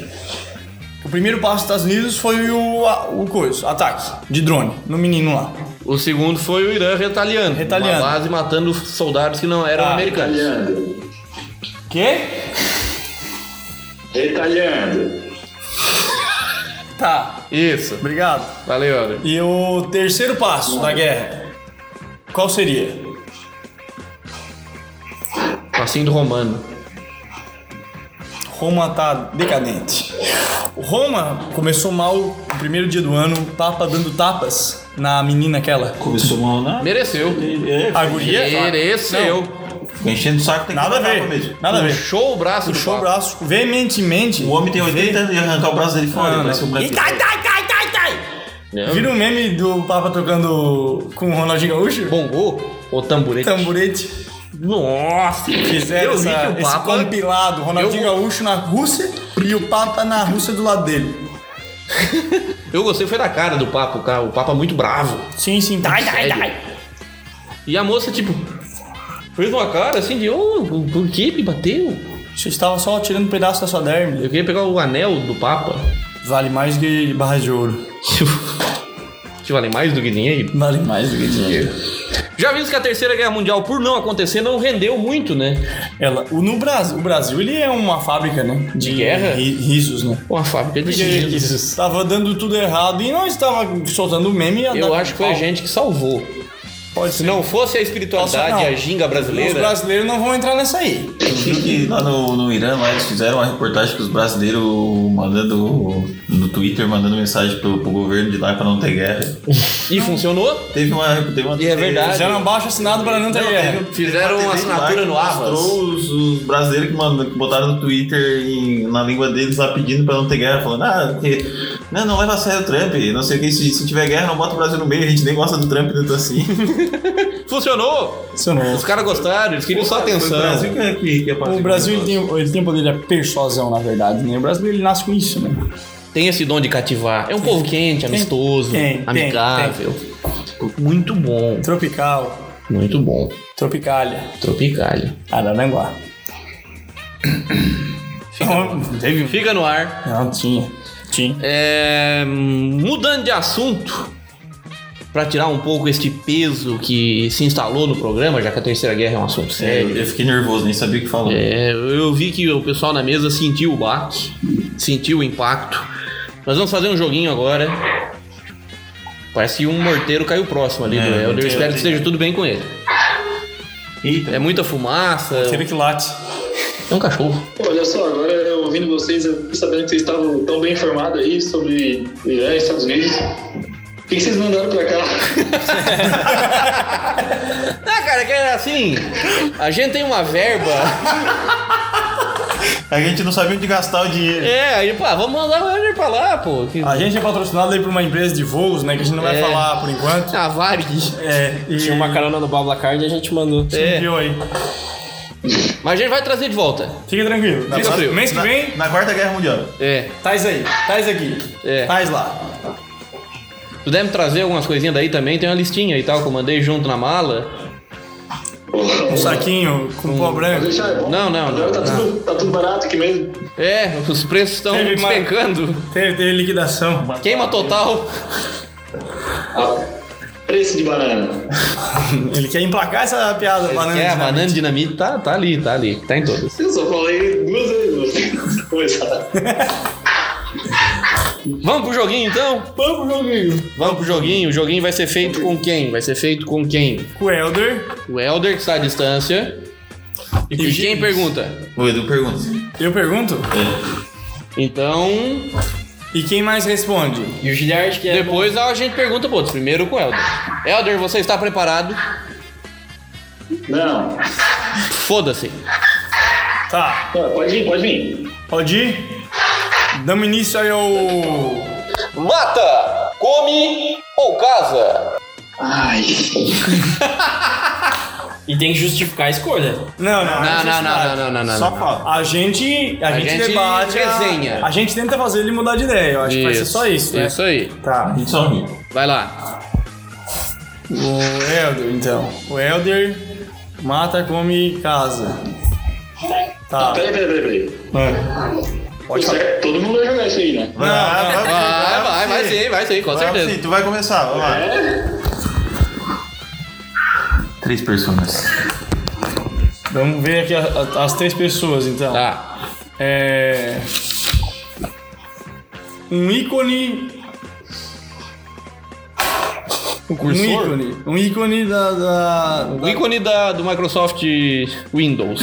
Speaker 3: O primeiro passo dos Estados Unidos foi o, a- o coisa, ataque de drone no menino lá.
Speaker 2: O segundo foi o Irã retaliando.
Speaker 3: Retaliando.
Speaker 2: Uma base matando soldados que não eram
Speaker 3: Ah.
Speaker 2: americanos.
Speaker 6: Retalhando.
Speaker 3: Quê?
Speaker 6: Retalhando.
Speaker 3: Tá,
Speaker 2: Isso.
Speaker 3: obrigado.
Speaker 2: Valeu, André.
Speaker 3: E o terceiro passo da guerra, qual seria?
Speaker 2: Passinho do romano.
Speaker 3: Roma tá decadente. Roma começou mal no primeiro dia do ano, Papa dando tapas na menina aquela.
Speaker 4: Começou mal na.
Speaker 2: Mereceu.
Speaker 4: É,
Speaker 3: A guria?
Speaker 2: Mereceu.
Speaker 4: fica enchendo o saco, tem que
Speaker 3: Nada a
Speaker 4: matar
Speaker 3: ver,
Speaker 4: com medo.
Speaker 3: nada a ver.
Speaker 2: Puxou o braço do
Speaker 3: Puxou o
Speaker 2: Papa.
Speaker 3: braço veementemente.
Speaker 4: O homem tem 80 anos e arrancar o braço dele fora,
Speaker 3: Ah,
Speaker 4: ele parece um
Speaker 3: não.
Speaker 4: branco.
Speaker 3: E tai, tai, tai, tai, tai!
Speaker 5: Não.
Speaker 3: Viram o um meme do Papa tocando com o Ronaldinho Gaúcho?
Speaker 2: Bongô ou tamborete?
Speaker 3: Tamburete.
Speaker 2: Nossa!
Speaker 3: Fizeram
Speaker 2: eu vi
Speaker 3: essa,
Speaker 2: que o
Speaker 3: esse
Speaker 2: Papa...
Speaker 3: compilado. Ronaldinho
Speaker 2: Eu-
Speaker 3: Gaúcho na Rússia e o Papa na Rússia do lado dele.
Speaker 2: Eu gostei, foi da cara do Papa, o cara- o Papa muito bravo.
Speaker 3: Sim, sim. Dai, dai,
Speaker 2: Sério.
Speaker 3: dai.
Speaker 2: E a moça, tipo, fez uma cara assim de, ô, por que me bateu?
Speaker 3: Você estava só tirando um pedaço da sua derme.
Speaker 2: Eu queria pegar o anel do Papa,
Speaker 3: Vale mais que barra de ouro.
Speaker 2: que vale Tipo, mais do que dinheiro.
Speaker 3: Vale mais.
Speaker 5: Mais do que dinheiro.
Speaker 2: Já vimos que a Terceira Guerra Mundial, por não acontecer, não rendeu muito, né?
Speaker 3: Ela, o, no Brasil, o Brasil, ele é uma fábrica, né? De,
Speaker 2: guerra?
Speaker 3: ri- risos, né?
Speaker 2: Uma fábrica de dinheiro. né?
Speaker 5: Jesus.
Speaker 3: Tava dando tudo errado e nós estava soltando meme. e ia
Speaker 2: Eu
Speaker 3: dar
Speaker 2: acho que foi a
Speaker 3: pau.
Speaker 2: gente que salvou.
Speaker 3: Pode
Speaker 2: Se
Speaker 3: ser.
Speaker 2: não fosse a
Speaker 3: Nossa,
Speaker 2: espiritualidade
Speaker 3: não.
Speaker 2: e a ginga
Speaker 3: Os
Speaker 2: brasileira...
Speaker 3: brasileiros não vão entrar nessa aí.
Speaker 4: Eu vi que lá no, no Irã, lá eles fizeram uma reportagem com os brasileiros mandando no Twitter, mandando mensagem pro, pro governo de lá pra não ter guerra.
Speaker 2: E funcionou?
Speaker 4: Teve uma. Teve uma
Speaker 2: E é verdade. É.
Speaker 3: Fizeram um baixo assinado para não ter guerra.
Speaker 4: teve-
Speaker 2: Fizeram
Speaker 4: teve
Speaker 2: uma
Speaker 4: TV lá
Speaker 2: assinatura
Speaker 4: que
Speaker 2: no Avas.
Speaker 4: Mostrou os, os brasileiros que, mandam- que botaram no Twitter em- na língua deles lá pedindo pra não ter guerra, falando, ah, que- não, não leva a sério o Trump, não sei o que, se, se tiver guerra não bota o Brasil no meio, a gente nem gosta do Trump tanto assim.
Speaker 2: Funcionou!
Speaker 3: Funcionou.
Speaker 2: Os caras gostaram, eles queriam só
Speaker 4: Foi o
Speaker 2: atenção.
Speaker 4: Brasil que, é, que, que apareceu
Speaker 3: O
Speaker 4: com
Speaker 3: Brasil ele
Speaker 4: negócio.
Speaker 3: tem, ele tem o poder da persuasão, na verdade, né? O brasileiro ele nasce com isso, né?
Speaker 2: Tem esse dom de cativar. É um povo quente, amistoso,
Speaker 3: tem, tem,
Speaker 2: amigável. Muito bom,
Speaker 3: Tropical,
Speaker 2: muito bom.
Speaker 3: Tropicália,
Speaker 2: Tropicalha.
Speaker 3: Araranguá. Não, teve
Speaker 2: Fica no ar.
Speaker 3: Não, tinha. Tinha.
Speaker 2: É, mudando de assunto, pra tirar um pouco este peso que se instalou no programa, já que a Terceira Guerra é um assunto
Speaker 4: É, eu,
Speaker 2: sério.
Speaker 4: eu fiquei nervoso, nem sabia o que falar.
Speaker 2: É, eu vi que o pessoal na mesa sentiu o baque, sentiu o impacto. Nós vamos fazer um joguinho agora. Parece que um morteiro caiu próximo ali
Speaker 4: É,
Speaker 2: do Helder.
Speaker 4: morteiro
Speaker 2: Espero que
Speaker 4: tem-
Speaker 2: esteja tudo bem com ele.
Speaker 4: Eita.
Speaker 2: É muita fumaça.
Speaker 3: Tira que late.
Speaker 2: É um cachorro.
Speaker 6: Olha só, agora eu ouvindo vocês, eu fiquei sabendo que vocês estavam tão bem informados aí sobre Irã e Estados Unidos. O que que vocês mandaram pra cá?
Speaker 2: Ah, cara, que é assim. A gente tem uma verba.
Speaker 4: É A gente não sabia onde gastar o dinheiro.
Speaker 2: É, aí, pô, vamos mandar o Helder pra lá, pô. Que...
Speaker 3: A gente é patrocinado aí por uma empresa de voos, né? Que a gente não vai
Speaker 2: É.
Speaker 3: falar por enquanto.
Speaker 2: Ah, Varg.
Speaker 3: É, e
Speaker 5: Tinha uma carona no BlaBlaCar e a gente mandou.
Speaker 2: É.
Speaker 3: enviou aí.
Speaker 2: Mas a gente vai trazer de volta.
Speaker 3: Fica tranquilo. Na
Speaker 2: Fica
Speaker 3: próxima-
Speaker 2: frio.
Speaker 3: Mês que
Speaker 4: Na,
Speaker 3: vem,
Speaker 4: na Quarta Guerra Mundial.
Speaker 2: É.
Speaker 3: tais aí, tais aqui,
Speaker 2: É.
Speaker 4: Tá.
Speaker 3: tais lá.
Speaker 2: Pudemos trazer algumas coisinhas daí também. Tem uma listinha e tal que eu mandei junto na mala.
Speaker 3: Um saquinho com
Speaker 2: Um.
Speaker 3: pó branco.
Speaker 6: Deixar, é bom.
Speaker 2: Não, não,
Speaker 6: Agora
Speaker 2: não,
Speaker 6: tá, Tudo, tá tudo barato aqui mesmo.
Speaker 2: É, os preços estão
Speaker 3: Teve uma-
Speaker 2: despencando.
Speaker 3: Teve, teve liquidação.
Speaker 2: Queima total.
Speaker 6: Preço de banana.
Speaker 3: Ele quer emplacar essa piada. né? banana
Speaker 2: é, a
Speaker 3: dinamite.
Speaker 2: banana dinamite tá, tá ali, tá ali. Tá em todas.
Speaker 6: Eu só falei duas vezes. pra Começar.
Speaker 2: Vamos pro joguinho então?
Speaker 3: Vamos, joguinho.
Speaker 2: Vamos pro joguinho. O joguinho vai ser feito com quem? Vai ser feito com quem?
Speaker 3: Com o Helder,
Speaker 2: O Helder, que está à distância. E,
Speaker 3: E o
Speaker 2: quem
Speaker 3: James.
Speaker 2: pergunta?
Speaker 4: O Edu pergunta.
Speaker 3: eu pergunto.
Speaker 2: Então,
Speaker 3: E quem mais responde?
Speaker 5: E o Giliard, que é.
Speaker 2: depois a gente pergunta pro outro. Primeiro com o Helder. Helder, você está preparado?
Speaker 6: Não.
Speaker 2: Foda-se.
Speaker 3: Tá,
Speaker 6: Não, Pode vir, pode vir.
Speaker 3: pode ir? Damos início aí ao.
Speaker 2: Mata, come ou casa?
Speaker 6: Ai.
Speaker 5: E tem que justificar a escolha.
Speaker 3: Não, é não,
Speaker 2: Não, não, não, não, não, não. não,
Speaker 4: Só
Speaker 2: não.
Speaker 4: fala.
Speaker 3: A gente, a gente,
Speaker 2: gente
Speaker 3: debate. a-
Speaker 2: resenha.
Speaker 3: A, gente tenta fazer ele mudar de ideia. Eu acho que vai ser só isso, né?
Speaker 2: Isso aí.
Speaker 3: Tá.
Speaker 4: A gente só ri.
Speaker 2: Vai lá.
Speaker 3: O Helder, então. O Helder mata, come e casa. Tá.
Speaker 6: Peraí, peraí, peraí. peraí.
Speaker 3: Pode falar.
Speaker 6: Certo, Todo mundo vai jogar isso aí, né?
Speaker 4: Ah, Vai, lá, vai,
Speaker 2: Vai, Ah, vai, vai sim, vai sim, com
Speaker 4: Vai, vai,
Speaker 2: certeza.
Speaker 4: sim, tu vai começar, vai lá.
Speaker 6: É?
Speaker 4: Três personas.
Speaker 3: Vamos ver aqui a- a- as três pessoas, então.
Speaker 2: Tá.
Speaker 3: É. Um ícone.
Speaker 2: O
Speaker 3: Um ícone. Um ícone da. da-
Speaker 2: O Um ícone da, do Microsoft Windows.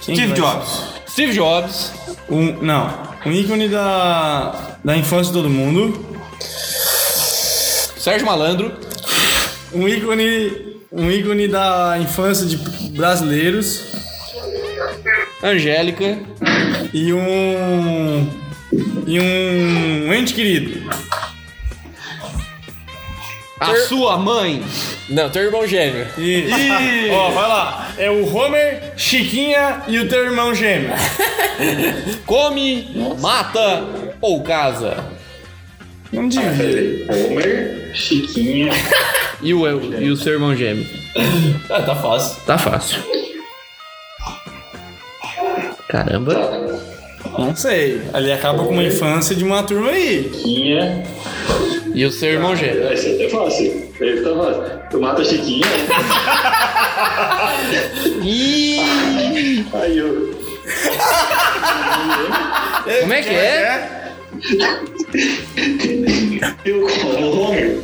Speaker 3: quem
Speaker 4: Steve
Speaker 3: vai-
Speaker 4: Jobs.
Speaker 2: Steve Jobs.
Speaker 3: Um, não. Um ícone da. da infância de todo mundo.
Speaker 2: Sérgio Malandro.
Speaker 3: Um ícone. Um ícone da infância de brasileiros.
Speaker 2: Angélica.
Speaker 3: E um. e um ente querido.
Speaker 2: A sua mãe.
Speaker 5: Não, teu irmão gêmeo.
Speaker 3: E, ó, vai lá. É o Homer, Chiquinha e o teu irmão gêmeo.
Speaker 2: Come, mata ou casa.
Speaker 3: Não diga.
Speaker 6: Peraí. Homer, Chiquinha.
Speaker 2: E o, e o seu irmão gêmeo.
Speaker 5: Ah, tá fácil.
Speaker 2: Tá fácil. Caramba.
Speaker 3: Não sei. Ali acaba com uma infância de uma turma aí.
Speaker 6: Chiquinha.
Speaker 2: E o seu irmão gêmeo.
Speaker 6: Esse é fácil. Esse tá fácil. Tu mata a Chiquinha.
Speaker 2: Ih,
Speaker 6: Aí eu.
Speaker 2: como é que é?
Speaker 6: Eu como o Homer.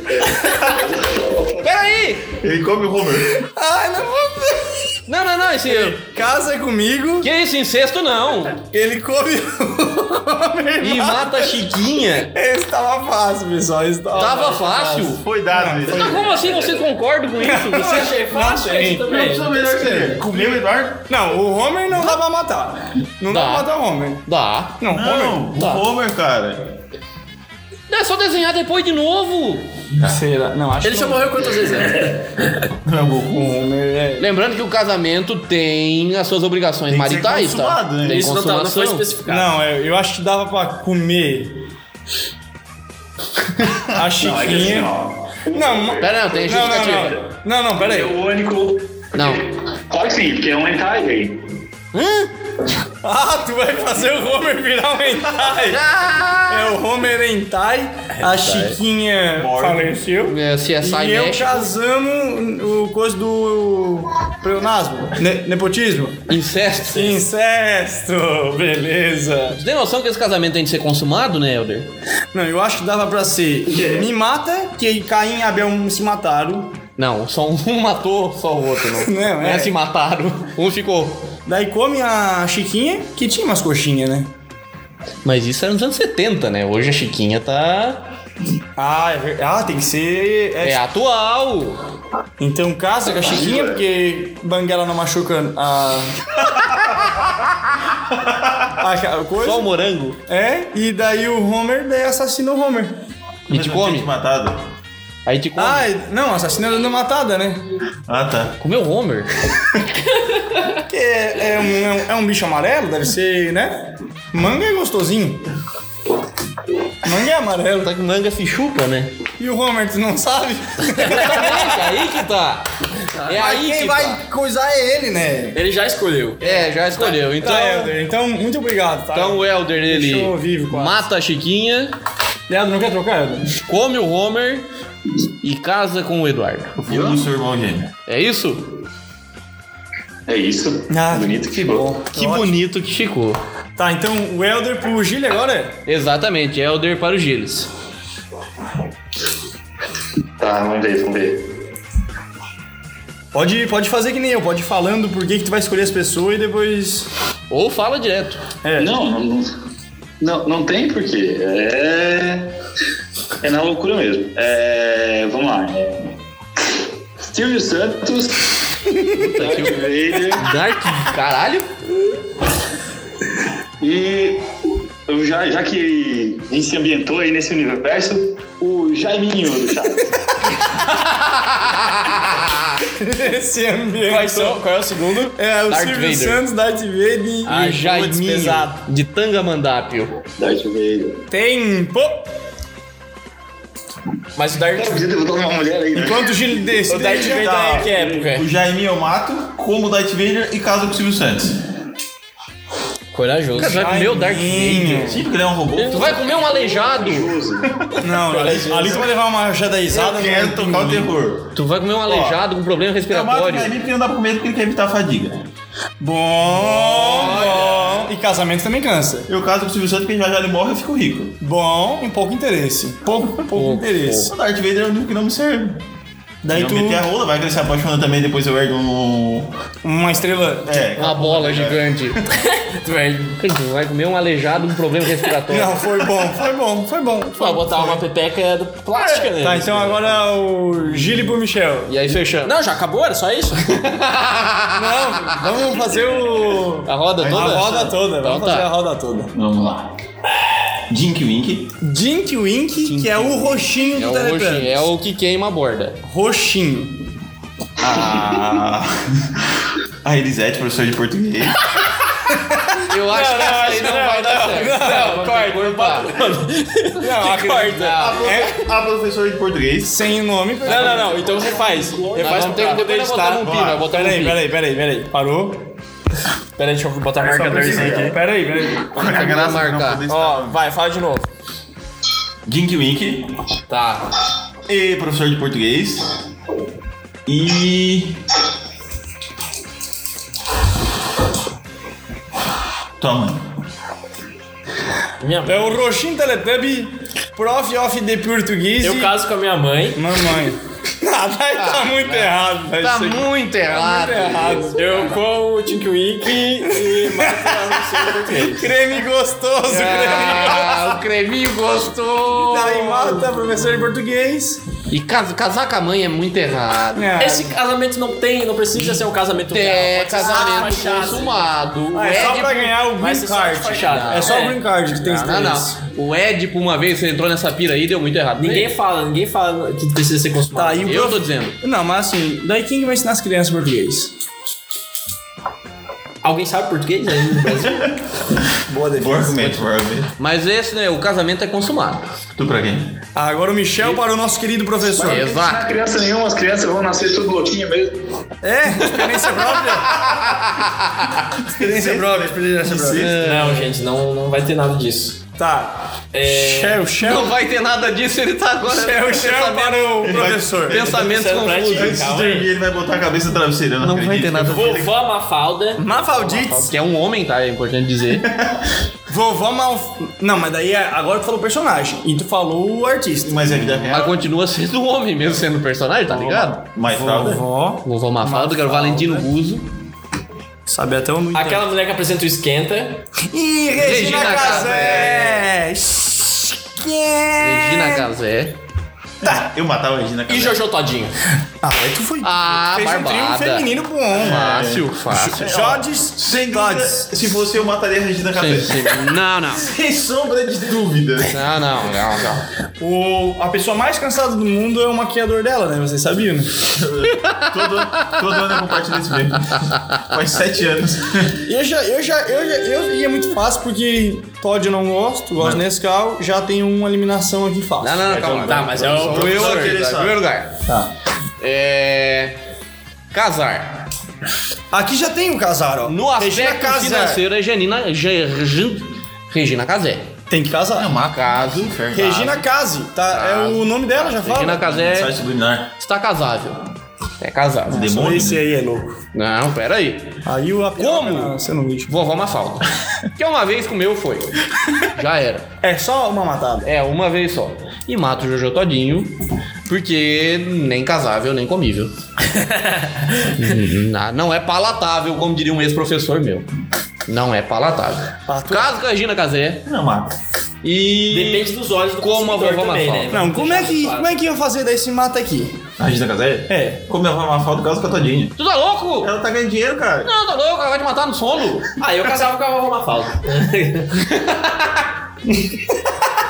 Speaker 2: Peraí!
Speaker 4: Ele come o Homer.
Speaker 3: Ai, não vou ver.
Speaker 2: Não, não, não, esse.
Speaker 3: Casa comigo,
Speaker 2: Que é isso, incesto não!
Speaker 3: ele come o meu
Speaker 2: E
Speaker 3: irmão.
Speaker 2: mata a Chiquinha?
Speaker 3: Esse tava fácil, pessoal. Esse tava,
Speaker 2: Tava fácil?
Speaker 4: Ah, Foi dado isso.
Speaker 2: Mas como assim você concorda com isso? Você achei fácil?
Speaker 3: tem.
Speaker 4: Eu sou melhor que ele. Comeu o Eduardo?
Speaker 3: Não, o Homer não dá pra matar. Não dá,
Speaker 2: Dá.
Speaker 3: pra matar o Homer.
Speaker 2: Dá.
Speaker 3: Não, Homer.
Speaker 4: Não, tá. o Homer, cara.
Speaker 2: É só desenhar depois de novo.
Speaker 3: Será? Não, acho
Speaker 5: Ele já morreu quantas vezes? né?
Speaker 4: Não é o Goku.
Speaker 3: O Homer é.
Speaker 2: Lembrando que o casamento tem as suas obrigações
Speaker 4: Tem que ser
Speaker 2: maritais, tá?
Speaker 4: consumado, né?
Speaker 2: Tem
Speaker 5: Isso não, tá, não foi
Speaker 2: consumação.
Speaker 5: especificado.
Speaker 3: Não, é, eu, eu acho que dava pra comer. A Chiquinha. Não, ma-
Speaker 2: Pera, tá não, tem
Speaker 3: não, não,
Speaker 2: justificativa.
Speaker 3: não. Não, não, pera
Speaker 6: É
Speaker 3: aí.
Speaker 6: o único.
Speaker 2: Não.
Speaker 6: Claro que sim, porque é um hentai, velho.
Speaker 3: Ah, tu vai fazer o Homer virar um hentai. É o Homer hentai. A Chiquinha
Speaker 4: Morre.
Speaker 3: faleceu.
Speaker 2: É, se é
Speaker 3: E eu
Speaker 2: Mesh,
Speaker 3: casamo o coisa do pleonasmo, ne- nepotismo,
Speaker 2: incesto.
Speaker 3: incesto, beleza.
Speaker 2: Você tem noção que esse casamento tem de ser consumado, né, Helder?
Speaker 3: Não, eu acho que dava pra ser me mata, que Caim e Abel se mataram,
Speaker 2: Não, só um matou, só o outro não.
Speaker 3: Não, é.
Speaker 2: Né, se mataram. Um ficou.
Speaker 3: Daí come a Chiquinha, que tinha umas coxinhas, né?
Speaker 2: Mas isso era nos anos 70, né? Hoje a Chiquinha tá.
Speaker 3: Ah, é ver- ah tem que ser. é-
Speaker 2: É atual.
Speaker 3: Então casa com a Chiquinha, porque Banguela não machuca a. a a coisa.
Speaker 2: Só um o morango.
Speaker 3: É, e daí o Homer daí assassina o Homer.
Speaker 2: E te
Speaker 4: Mas não tinha
Speaker 2: come.
Speaker 4: te matado.
Speaker 2: Aí te come.
Speaker 3: Ah, e- não, assassina dando matada, né?
Speaker 4: Ah, tá.
Speaker 2: Comeu Homer?
Speaker 3: Porque é, é um, é um- é um bicho amarelo, deve ser, né? Manga é gostosinho. Manga é amarelo.
Speaker 2: Só que manga se chupa, né?
Speaker 3: E o Homer, tu não sabe?
Speaker 2: Exatamente, aí que tá. É
Speaker 3: Mas
Speaker 2: aí que
Speaker 3: quem
Speaker 2: vai.
Speaker 3: vai coisar é ele, né?
Speaker 5: Ele já escolheu.
Speaker 2: É, já escolheu. Então,
Speaker 3: Tá, Helder, então, muito obrigado, tá?
Speaker 2: então o Elder ele
Speaker 3: Deixou vivo quase.
Speaker 2: mata a Chiquinha,
Speaker 3: Leandro, não quer trocar, Helder?
Speaker 2: come o Homer e casa com o Eduardo.
Speaker 4: Eu fui o seu irmão gêmeo.
Speaker 2: É
Speaker 3: Tá
Speaker 2: isso?
Speaker 6: É isso.
Speaker 3: Ah,
Speaker 6: Bonito que bom.
Speaker 2: Que bonito que ficou.
Speaker 3: Tá, então o Helder pro Gil agora?
Speaker 2: Exatamente, Elder para o Gilles.
Speaker 6: Tá, vamos ver, vamos ver.
Speaker 3: Pode, pode fazer que nem eu, pode ir falando por que que tu vai escolher as pessoas e depois...
Speaker 2: Ou fala direto.
Speaker 6: Não, não, não, não, não tem porquê. É. É na loucura mesmo. É. Vamos lá. Silvio Santos. Darth Vader.
Speaker 2: Dark, caralho.
Speaker 6: E. eu Já, já que a gente se ambientou aí nesse universo, o Jaiminho do Chaves.
Speaker 3: Esse ambiente...
Speaker 5: Quais são? Qual é o segundo?
Speaker 3: É, o
Speaker 2: Darth
Speaker 3: Silvio
Speaker 2: Vader.
Speaker 3: Santos, Darth Vader e...
Speaker 2: A
Speaker 3: Putz,
Speaker 2: Jaiminho
Speaker 3: pesado.
Speaker 2: de Tangamandápio.
Speaker 6: Darth Vader.
Speaker 3: Tempo!
Speaker 5: Mas o Darth,
Speaker 6: Eu podia ter botado uma mulher aí, né?
Speaker 3: Enquanto o Gil desse...
Speaker 5: o Darth Vader é que época?
Speaker 4: O Jaime eu mato, como o Darth Vader e caso com o Silvio Santos.
Speaker 5: Corajoso.
Speaker 2: Cara, tu vai comer o Dark Vader?
Speaker 4: Sim, porque ele é um robô.
Speaker 2: Tu vai comer um aleijado.
Speaker 3: Não, ali, ali tu vai levar uma né? jadaizada.
Speaker 4: Eu quero
Speaker 3: não.
Speaker 4: é tocar o terror.
Speaker 2: Tu vai comer um aleijado com problema
Speaker 4: Eu mato o
Speaker 2: respiratório.
Speaker 4: Jaime porque não dá pra comer porque ele quer evitar a fadiga.
Speaker 3: Bom, bom. E casamento também cansa.
Speaker 4: Eu caso com o Silvio Santos porque já já ele morre eu fico rico.
Speaker 3: Bom e um pouco interesse. Pouco, pouco, interesse.
Speaker 4: O Darth Vader é o único que não me serve.
Speaker 3: Daí
Speaker 4: eu
Speaker 3: tu...
Speaker 4: meter a rola, vai que ele se apaixona também, depois eu ergo um...
Speaker 3: Uma estrela...
Speaker 4: É,
Speaker 2: Uma bola gigante.
Speaker 5: Tu vai-
Speaker 2: Tu vai comer um aleijado com problema respiratório.
Speaker 3: Não, foi bom, foi bom, foi bom.
Speaker 5: tu
Speaker 2: Ah,
Speaker 5: vai botar uma pepeca plástica
Speaker 2: né?
Speaker 5: nele.
Speaker 3: Tá, então agora o Gili pro Michel.
Speaker 2: E aí fechamos.
Speaker 5: Não, já acabou? Era só isso?
Speaker 3: Não, vamos fazer o.
Speaker 2: A roda
Speaker 4: Aí
Speaker 3: A
Speaker 2: toda?
Speaker 3: roda toda,
Speaker 2: Então
Speaker 3: vamos fazer
Speaker 2: tá.
Speaker 3: a roda toda.
Speaker 4: Vamos lá. Jink Wink.
Speaker 3: Dink Wink, que é o roxinho
Speaker 2: É
Speaker 3: do
Speaker 2: o
Speaker 3: Teletubbies.
Speaker 2: roxinho, é o que queima a borda.
Speaker 3: Roxinho.
Speaker 4: A... Ah. a Elisete, professora de português.
Speaker 2: Eu acho que essa aí não, vai dar certo. Não, corta, corta.
Speaker 3: Não,
Speaker 2: Não.
Speaker 4: A professora Ah, de português.
Speaker 3: Sem nome.
Speaker 2: Não, não, não. Então refaz. Refaz
Speaker 3: vamos
Speaker 2: pra
Speaker 3: ter que
Speaker 2: poder
Speaker 3: depois
Speaker 2: editar.
Speaker 3: botar um
Speaker 2: Vamos lá.
Speaker 4: pi, vai
Speaker 2: Pera aí,
Speaker 3: Peraí,
Speaker 2: pera aí.
Speaker 3: peraí, peraí, peraí. Parou? Peraí, deixa eu botar o marcadorzinho aqui. Peraí, peraí.
Speaker 4: Olha a graça de não
Speaker 2: marcar.
Speaker 4: poder citar
Speaker 3: Ó,
Speaker 4: nome.
Speaker 3: vai, fala de novo.
Speaker 4: Jink Wink.
Speaker 2: Tá.
Speaker 4: E professor de português. E. Toma.
Speaker 3: É o roxinho Teletubby, Prof of the Portuguese.
Speaker 5: Eu caso com a minha mãe,
Speaker 3: Mamãe. Ah, vai, tá muito errado. Vai
Speaker 2: Tá
Speaker 3: ser
Speaker 2: muito errado.
Speaker 3: errado.
Speaker 5: eu como o Tink Wink e mato a professora de português.
Speaker 3: Creme gostoso, creme.
Speaker 2: Ah, o creminho gostou.
Speaker 3: Daí mata professor de português.
Speaker 2: E casa, casar com a mãe é muito errado.
Speaker 3: É.
Speaker 5: Esse casamento não tem, não precisa ser um casamento real.
Speaker 2: É,
Speaker 5: pode ser só uma
Speaker 2: casamento
Speaker 5: fachada.
Speaker 2: consumado.
Speaker 3: Ah,
Speaker 2: o
Speaker 3: é só
Speaker 2: Ed
Speaker 3: pra ganhar o
Speaker 5: Vai
Speaker 3: green
Speaker 5: ser só de
Speaker 3: card.
Speaker 5: fachada.
Speaker 3: É só o green card que tem
Speaker 2: Não,
Speaker 3: os três.
Speaker 2: não. O Ed, por uma vez, entrou nessa pira aí, deu muito errado.
Speaker 5: Ninguém fala, ninguém fala que precisa ser consumado.
Speaker 3: Tá, e o
Speaker 2: Eu tô dizendo.
Speaker 3: Não, mas assim, daí quem que vai ensinar as crianças português?
Speaker 5: Alguém sabe português aí no Brasil?
Speaker 3: Boa
Speaker 4: Bom
Speaker 3: defesa.
Speaker 4: argumento, bom argumento.
Speaker 2: Mas esse, né? O casamento é consumado.
Speaker 4: Tu pra quem?
Speaker 3: Agora o Michel para o nosso querido professor.
Speaker 6: Não é criança nenhuma, as crianças vão nascer tudo louquinha mesmo.
Speaker 3: É, experiência própria. experiência própria, experiência própria.
Speaker 2: É,
Speaker 5: não, gente, não, não vai ter nada disso.
Speaker 3: Tá. Shell,
Speaker 2: Não
Speaker 3: Shell.
Speaker 2: vai ter nada disso, ele tá agora.
Speaker 3: Shell, Shell para é o professor.
Speaker 2: Pensamentos
Speaker 5: Pensando pra ti,
Speaker 2: confusos.
Speaker 5: calma.
Speaker 4: Antes de dormir, ele vai botar a cabeça no travesseiro. eu Não,
Speaker 2: Não vai
Speaker 4: acredito.
Speaker 2: ter nada.
Speaker 5: Vovó Mafalda.
Speaker 3: Mafaldites.
Speaker 2: Que é um homem, tá? É importante dizer.
Speaker 3: Vovó Mal... Não, mas daí é- agora tu falou personagem e tu falou o artista.
Speaker 4: Mas é vida
Speaker 2: Mas
Speaker 4: real.
Speaker 2: continua sendo um homem, mesmo sendo personagem, tá ligado?
Speaker 4: Mais fralda.
Speaker 3: Vovó,
Speaker 2: Vovó Mafalda, que era o Valentino Russo.
Speaker 3: sabe até o nome.
Speaker 5: Aquela mulher que apresenta o Esquenta.
Speaker 3: Ih, Regina,
Speaker 2: Regina
Speaker 3: Casé. Regina
Speaker 2: Regina Casé.
Speaker 4: Tá, eu matava a Regina
Speaker 5: E
Speaker 4: Casé.
Speaker 5: Jojo Todinho.
Speaker 3: Ah, aí tu foi...
Speaker 2: Ah,
Speaker 3: fez um trio
Speaker 2: barbada. Ah,
Speaker 3: feminino É. pro homem.
Speaker 2: Fácil, fácil.
Speaker 3: Jodes
Speaker 4: Sem dúvida, se fosse eu mataria a Regina
Speaker 2: Sim,
Speaker 4: Casé.
Speaker 2: sim. Não, não.
Speaker 4: Sem sombra de dúvida.
Speaker 2: Não, não, não, não.
Speaker 3: O, a pessoa mais cansada do mundo é o maquiador dela, né? Vocês sabiam, né?
Speaker 4: Todo, todo ano eu compartilho esse meme. Faz sete anos.
Speaker 3: Eu já, eu já, eu já, eu ia muito fácil porque Todd eu não gosto, gosto de Nescau, já tem uma eliminação aqui fácil.
Speaker 2: Não, não, não, calma.
Speaker 5: Tá, mas é o
Speaker 2: Sou eu,
Speaker 4: Só
Speaker 2: tá?
Speaker 4: querer
Speaker 2: Em
Speaker 4: saber.
Speaker 2: primeiro lugar.
Speaker 3: Tá.
Speaker 2: É. Casar.
Speaker 3: Aqui já tem o casar, ó.
Speaker 2: No aspecto
Speaker 3: Casé.
Speaker 2: financeiro, é Janina. Ge- Regin- Regina Casé.
Speaker 3: Tem que casar.
Speaker 2: Caso.
Speaker 3: Regina Case, tá? É o nome dela, já fala. né?
Speaker 2: Regina Casé
Speaker 4: Site subliminar.
Speaker 2: está casável. É casado.
Speaker 4: né? Demônio.
Speaker 3: Esse aí é louco.
Speaker 2: Não, pera aí.
Speaker 3: Aí o a-
Speaker 2: Como?
Speaker 3: Ah, Você não liga.
Speaker 2: Vovó Mafalda. que uma vez comeu foi. Já era.
Speaker 3: É só uma matada.
Speaker 2: É, uma vez só. E mata o Jojo todinho, porque nem casável, nem comível. Na- não é palatável, como diria um ex-professor meu. Não é palatável.
Speaker 3: Ah, tu-
Speaker 2: Caso com a Regina Casé
Speaker 4: Não mata.
Speaker 2: e...
Speaker 5: Depende dos olhos do
Speaker 2: Como a
Speaker 5: consumidor
Speaker 2: vovó
Speaker 5: também,
Speaker 2: Mafalda.
Speaker 5: né?
Speaker 3: Não, como é que, como é que ia fazer daí se mata aqui?
Speaker 4: A Regina Casé?
Speaker 3: É.
Speaker 4: Como eu vou amar falta do caso catadinha.
Speaker 2: Tu tá louco?
Speaker 4: Ela tá ganhando dinheiro, cara.
Speaker 2: Não, tá louco? Ela vai te matar no sono.
Speaker 5: Ah, eu casava com a vovó Mafalda.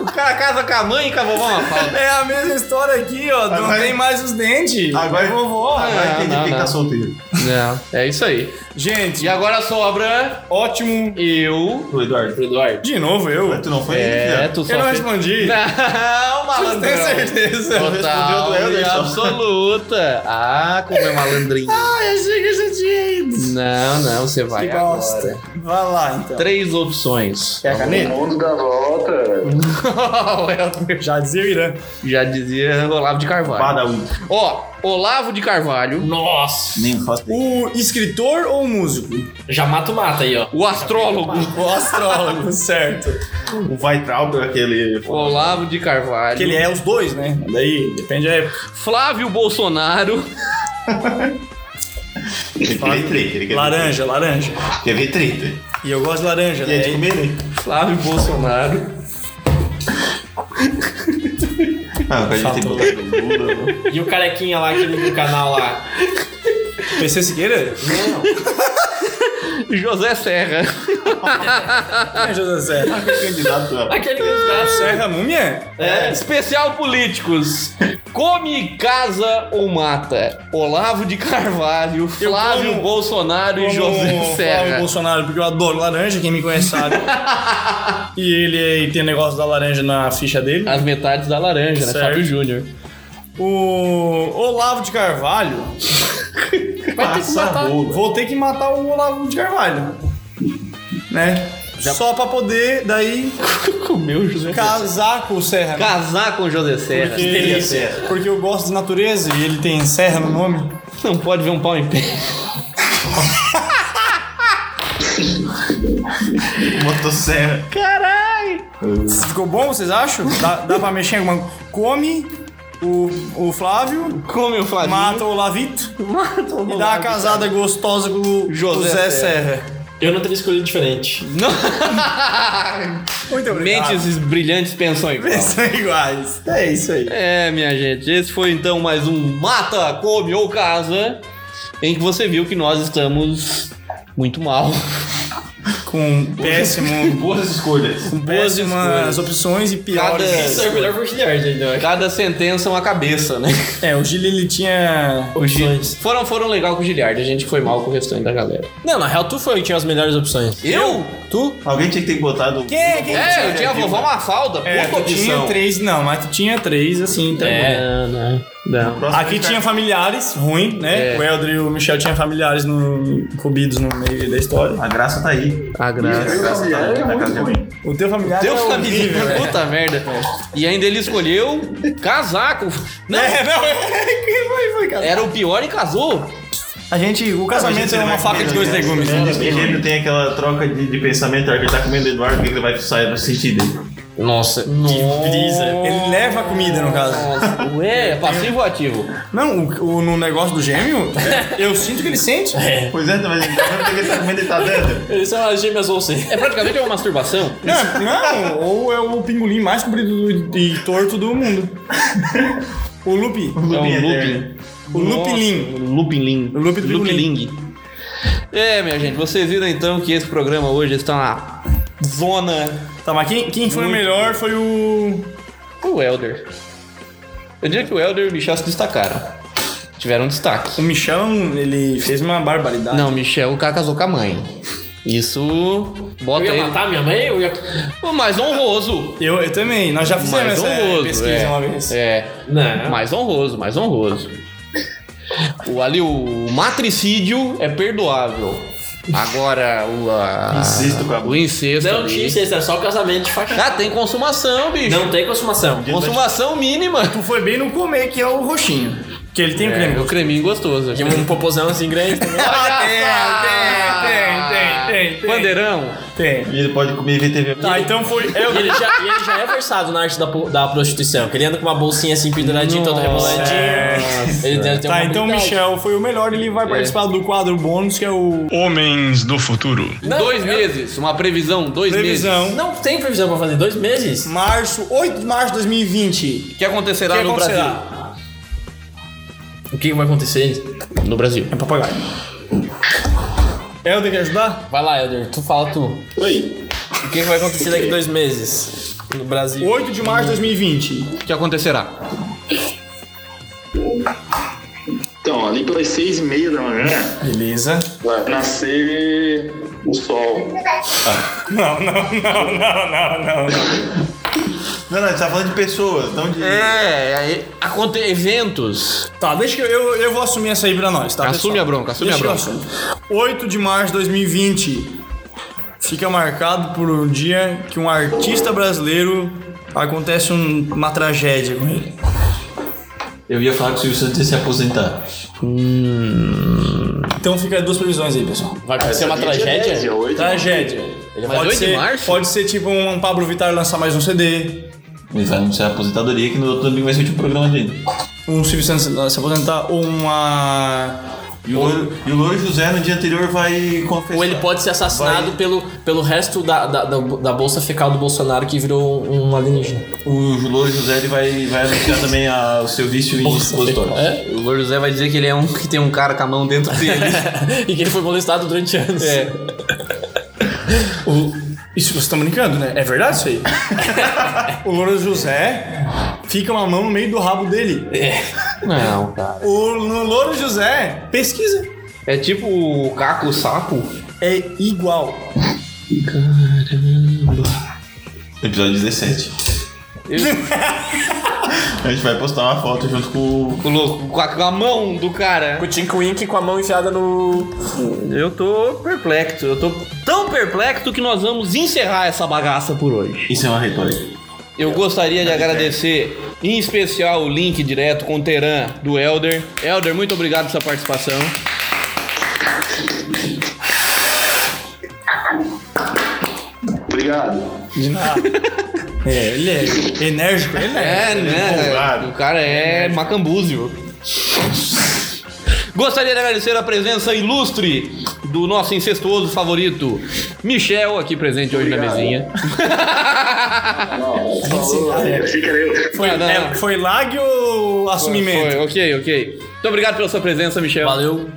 Speaker 2: O cara casa com a mãe e com a vovó Mafalda.
Speaker 3: É a mesma história aqui, ó. Não
Speaker 4: Agora-
Speaker 3: tem mais os dentes.
Speaker 2: Ah,
Speaker 4: Agora
Speaker 3: Vai, vovó.
Speaker 4: Agora entendi
Speaker 2: é, não,
Speaker 4: quem
Speaker 2: não.
Speaker 4: tá solteiro.
Speaker 2: É, é isso aí.
Speaker 3: Gente,
Speaker 2: E agora sobra
Speaker 3: ótimo.
Speaker 2: eu.
Speaker 4: O Eduardo.
Speaker 5: Eduardo.
Speaker 3: De novo eu?
Speaker 4: Tu não foi?
Speaker 2: É,
Speaker 4: Guilherme?
Speaker 2: tu só
Speaker 3: Eu não
Speaker 2: fez-
Speaker 3: respondi.
Speaker 2: Não, malandrão.
Speaker 3: Tenho certeza.
Speaker 4: Respondeu
Speaker 2: Total
Speaker 4: do Helder
Speaker 2: e
Speaker 4: só.
Speaker 2: absoluta. Ah, como é malandrinho.
Speaker 3: Ah, eu achei que eu já tinha ido.
Speaker 2: Não, não, você vai
Speaker 3: Que bosta.
Speaker 2: agora.
Speaker 3: Vai lá, então.
Speaker 2: Três opções.
Speaker 3: Quer a
Speaker 6: O
Speaker 3: caneta?
Speaker 6: mundo dá volta.
Speaker 2: O Helder
Speaker 3: Já dizia o Irã.
Speaker 2: Já dizia Olavo de Carvalho.
Speaker 4: Badawi.
Speaker 2: Ó, Olavo de Carvalho,
Speaker 5: Nossa!
Speaker 4: um, Nem faço.
Speaker 2: Uh.
Speaker 3: O escritor ou o músico?
Speaker 5: Já mata o mata aí, ó.
Speaker 2: o astrólogo
Speaker 3: O astrólogo, certo.
Speaker 4: O Weitraub, Um aquele.
Speaker 2: Olavo de Carvalho,
Speaker 3: Que ele é os dois, né? Daí, depende é da época.
Speaker 2: Flávio Bolsonaro,
Speaker 4: Ele quer ver treta. Ele quer ver-
Speaker 3: Laranja, laranja.
Speaker 4: Quer ver treta.
Speaker 3: E eu gosto de laranja,
Speaker 4: E é
Speaker 3: né?
Speaker 4: de comer, né?
Speaker 2: Flávio Bolsonaro,
Speaker 4: Ah, pra gente
Speaker 3: Fator.
Speaker 4: botar no Lula, né?
Speaker 5: E o carequinha lá que liga o canal lá.
Speaker 3: PC Siqueira?
Speaker 5: Não,
Speaker 2: José Serra.
Speaker 3: É, José Serra.
Speaker 4: Candidato a
Speaker 7: Aquele
Speaker 2: Ah.
Speaker 7: candidato.
Speaker 3: Serra Múmia?
Speaker 2: É. Especial Políticos. Come, casa ou mata? Olavo de Carvalho, Flávio
Speaker 3: como-
Speaker 2: Bolsonaro e José
Speaker 3: Como Flávio
Speaker 2: Serra.
Speaker 3: Bolsonaro, porque eu adoro laranja, quem me conhece sabe. e ele aí tem negócio da laranja na ficha dele.
Speaker 2: As metades da laranja, né?
Speaker 3: Certo.
Speaker 2: Fábio Júnior.
Speaker 3: O Olavo de Carvalho.
Speaker 4: passa a rola.
Speaker 3: Vou ter que matar o Olavo de Carvalho. Né? Só pra poder, daí,
Speaker 2: Comeu José
Speaker 3: casar com o Serra. né?
Speaker 2: Casar com José Serra.
Speaker 3: Porque, porque eu gosto de natureza e ele tem serra no nome.
Speaker 2: Não pode ver um pau em pé.
Speaker 4: Motosserra.
Speaker 2: Caralho!
Speaker 3: Ficou bom, vocês acham? Dá, dá pra mexer em alguma Come o, o Flávio,
Speaker 2: Come o Flavinho.
Speaker 3: mata o Lavito
Speaker 2: Mata o
Speaker 3: e dá uma casada gostosa com o
Speaker 2: José
Speaker 3: José, Serra.
Speaker 5: Eu não teria escolhido diferente.
Speaker 3: Muito obrigado.
Speaker 2: Mentes brilhantes pensam igual.
Speaker 3: São iguais. É isso aí.
Speaker 2: É, minha gente, esse foi então mais um Mata, Come ou Casa, em que você viu que nós estamos muito mal.
Speaker 3: Com um péssimo,
Speaker 4: Boas escolhas.
Speaker 3: péssimas
Speaker 2: escolhas.
Speaker 3: opções e piores.
Speaker 2: Cada-
Speaker 5: Isso é melhor pro Guilherme ainda.
Speaker 2: Cada sentença é uma cabeça, né?
Speaker 3: É, o Gil ele tinha.
Speaker 2: O Gi- Foram, foram legal com o Giliard, a gente foi mal com o restante da galera.
Speaker 5: Não, na real, tu foi o que tinha as melhores opções.
Speaker 2: Eu? Tu?
Speaker 4: Alguém tinha que ter botado.
Speaker 3: Quem? Quem?
Speaker 2: É, eu tinha a vovó Mafalda,
Speaker 3: É,
Speaker 2: puta
Speaker 3: tu tinha
Speaker 2: opção.
Speaker 3: três, não, mas tu tinha três, assim,
Speaker 2: É.
Speaker 3: tá bom.
Speaker 5: Não, não.
Speaker 2: Não.
Speaker 4: Próximo
Speaker 3: Aqui
Speaker 4: cara.
Speaker 3: tinha familiares, ruim, né?
Speaker 2: É.
Speaker 3: O Eldre e o Michel tinham familiares no, comidos no meio da história.
Speaker 4: A graça tá aí.
Speaker 2: A graça.
Speaker 4: A graça tá aí. A graça é ruim.
Speaker 3: O teu familiar
Speaker 2: Deu
Speaker 3: é
Speaker 2: família,
Speaker 3: horrível, né?
Speaker 2: puta merda. E ainda ele escolheu casaco. Não,
Speaker 3: É, não, é, que foi, foi, cara.
Speaker 2: era o pior e casou.
Speaker 3: A gente, o
Speaker 4: A
Speaker 3: casamento
Speaker 4: gente
Speaker 3: é uma
Speaker 4: vai
Speaker 3: faca de
Speaker 4: comer,
Speaker 3: dois
Speaker 4: né?
Speaker 3: legumes. né?
Speaker 4: O gêmeo tem aquela troca de, de pensamento, a hora que ele tá comendo o Eduardo, o que ele vai sair vai sentir dele?
Speaker 5: Nossa.
Speaker 3: Ele leva a comida, no caso.
Speaker 2: Nossa, Ué, é passivo ou ativo?
Speaker 3: Não, o, o- no negócio do gêmeo, eu sinto que ele sente.
Speaker 4: Pois é, mas ele tá vendo que ele tá comendo ele tá
Speaker 3: É
Speaker 4: dando.
Speaker 5: Eles são as gêmeas ou sem.
Speaker 2: É praticamente uma masturbação.
Speaker 3: Não, não, ou é o pingolim mais comprido e torto do mundo. O Lupi.
Speaker 2: É um
Speaker 4: eterno.
Speaker 2: looping.
Speaker 3: O Lupilim.
Speaker 2: Looping Ling.
Speaker 3: O looping do
Speaker 2: Looping
Speaker 3: Ling.
Speaker 2: Ling. É, minha gente, vocês viram então que esse programa hoje está na zona
Speaker 3: Tá, mas quem, quem foi o melhor foi o.
Speaker 2: o Elder. Eu diria que o Elder e o Michel se destacaram. Tiveram destaque.
Speaker 3: O Michel, ele fez uma
Speaker 7: Ah,
Speaker 3: barbaridade.
Speaker 7: tá.
Speaker 2: Não, Michel o cara casou com a mãe. Isso bota
Speaker 7: Eu ia
Speaker 2: ele.
Speaker 7: matar minha mãe? Eu ia...
Speaker 2: O mais honroso.
Speaker 3: Eu, eu também, nós já fizemos
Speaker 2: Mais
Speaker 3: essa
Speaker 2: honroso.
Speaker 3: pesquisa
Speaker 2: É,
Speaker 3: uma vez.
Speaker 2: é.
Speaker 7: Não.
Speaker 2: mais honroso, mais honroso. O, ali o matricídio é perdoável. Agora o a,
Speaker 4: Incesto com a-
Speaker 2: o incesto.
Speaker 7: Não
Speaker 2: ali.
Speaker 7: tinha incesto, era só casamento de facada.
Speaker 2: Ah, tem consumação, bicho.
Speaker 7: Não tem consumação.
Speaker 2: Consumação mínima.
Speaker 3: Tu foi bem no comer, que é o roxinho. Que ele tem o
Speaker 2: É,
Speaker 3: creme.
Speaker 2: o creminho gostoso.
Speaker 5: Tinha um popozão assim grande também.
Speaker 3: Ah, tem, tem, tem, tem, tem.
Speaker 2: Bandeirão.
Speaker 3: Tem.
Speaker 4: E ele pode comer VTV.
Speaker 3: Tá, então foi. É,
Speaker 5: E ele, já, e ele já é versado na arte da, po- da prostituição, que ele anda com uma bolsinha assim penduradinha, todo reboladinho. Ele deve ter uma
Speaker 3: tá,
Speaker 2: um
Speaker 3: então o
Speaker 5: habilidade.
Speaker 3: Michel foi o melhor, ele
Speaker 2: É.
Speaker 3: vai participar do quadro bônus, que é o.
Speaker 8: Homens do futuro.
Speaker 2: dois meses. Uma previsão, dois meses.
Speaker 3: Previsão.
Speaker 5: Não tem previsão pra fazer dois meses?
Speaker 3: Março, 8 de março de 2020.
Speaker 2: O que acontecerá
Speaker 3: O é que
Speaker 2: Tá no
Speaker 3: acontecerá?
Speaker 2: Brasil?
Speaker 5: O que vai acontecer?
Speaker 2: No Brasil.
Speaker 3: É papagaio. É, Helder, quer ajudar?
Speaker 5: Vai lá, Elder, tu fala tu.
Speaker 6: Oi.
Speaker 5: O que, que vai acontecer daqui dois meses no Brasil?
Speaker 3: 8 de março de 2020.
Speaker 2: O que acontecerá?
Speaker 6: Então, ali pelas seis e meia da manhã
Speaker 3: Beleza.
Speaker 6: vai nascer o sol.
Speaker 3: Não, não, não, não, não, não.
Speaker 4: Não, não, a gente tá falando de pessoas, não de.
Speaker 2: É, aí, aconte eventos.
Speaker 3: Tá, deixa que eu, eu, eu vou assumir essa aí pra nós, tá?
Speaker 2: Assume
Speaker 3: pessoal?
Speaker 2: a bronca, assume
Speaker 3: Deixa
Speaker 2: a
Speaker 3: eu assumir. 8 de março de 2020 fica marcado por um dia que um artista brasileiro acontece um- uma tragédia com ele.
Speaker 4: Eu ia falar que o Silvio Santos ia se aposentar.
Speaker 3: Então fica duas previsões aí, pessoal.
Speaker 5: Vai acontecer uma tragédia?
Speaker 3: Tragédia.
Speaker 2: Mas
Speaker 3: Pode
Speaker 2: 8 de
Speaker 3: ser,
Speaker 2: março?
Speaker 3: pode ser tipo um Pablo Vittar lançar mais um CD,
Speaker 4: Ele vai anunciar a aposentadoria que no outro domingo vai ser o último programa dele.
Speaker 3: um Silvio Santos se aposentar ou uma
Speaker 4: E o, Louro, e o Louro José no dia anterior vai confessar.
Speaker 5: Ou ele pode ser assassinado
Speaker 4: Vai.
Speaker 5: pelo, pelo resto da, da, da, da bolsa fecal do Bolsonaro que virou um alienígena.
Speaker 4: O Louro José ele vai, vai anunciar também a- o seu vício em expositório.
Speaker 5: É?
Speaker 7: O Louro José vai dizer que ele é um que tem um cara com a mão dentro dele.
Speaker 5: e que ele foi molestado durante anos.
Speaker 7: É.
Speaker 3: O- Isso vocês estão brincando, né? É verdade isso aí? o Louro José fica uma mão no meio do rabo dele.
Speaker 7: Não, cara.
Speaker 3: O no Louro José pesquisa.
Speaker 7: É tipo o Caco o Sapo.
Speaker 3: É igual.
Speaker 4: Episódio 17. a gente vai postar uma foto junto com o.
Speaker 7: O louco, com a, com a mão do cara.
Speaker 5: O Tink Wink com a mão enfiada no.
Speaker 2: Eu tô perplexo. Eu tô tão perplexo que nós vamos encerrar essa bagaça por hoje.
Speaker 4: Isso é uma retórica.
Speaker 2: Eu gostaria de agradecer em especial o link direto com o Teran do Elder. Elder, muito obrigado pela sua participação.
Speaker 6: Obrigado.
Speaker 3: É, ele é enérgico, ele é.
Speaker 2: É, né?
Speaker 4: Empolgado.
Speaker 2: O cara é macambúzio. Gostaria de agradecer a presença ilustre do nosso incestuoso favorito, Michel, aqui presente hoje na mesinha.
Speaker 6: Não, falou. Achei que era eu.
Speaker 3: Foi,
Speaker 2: Ah, não,
Speaker 3: é,
Speaker 2: não.
Speaker 3: foi lag ou assumimento?
Speaker 2: Foi, ok, ok. Muito obrigado pela sua presença, Michel.
Speaker 5: Valeu.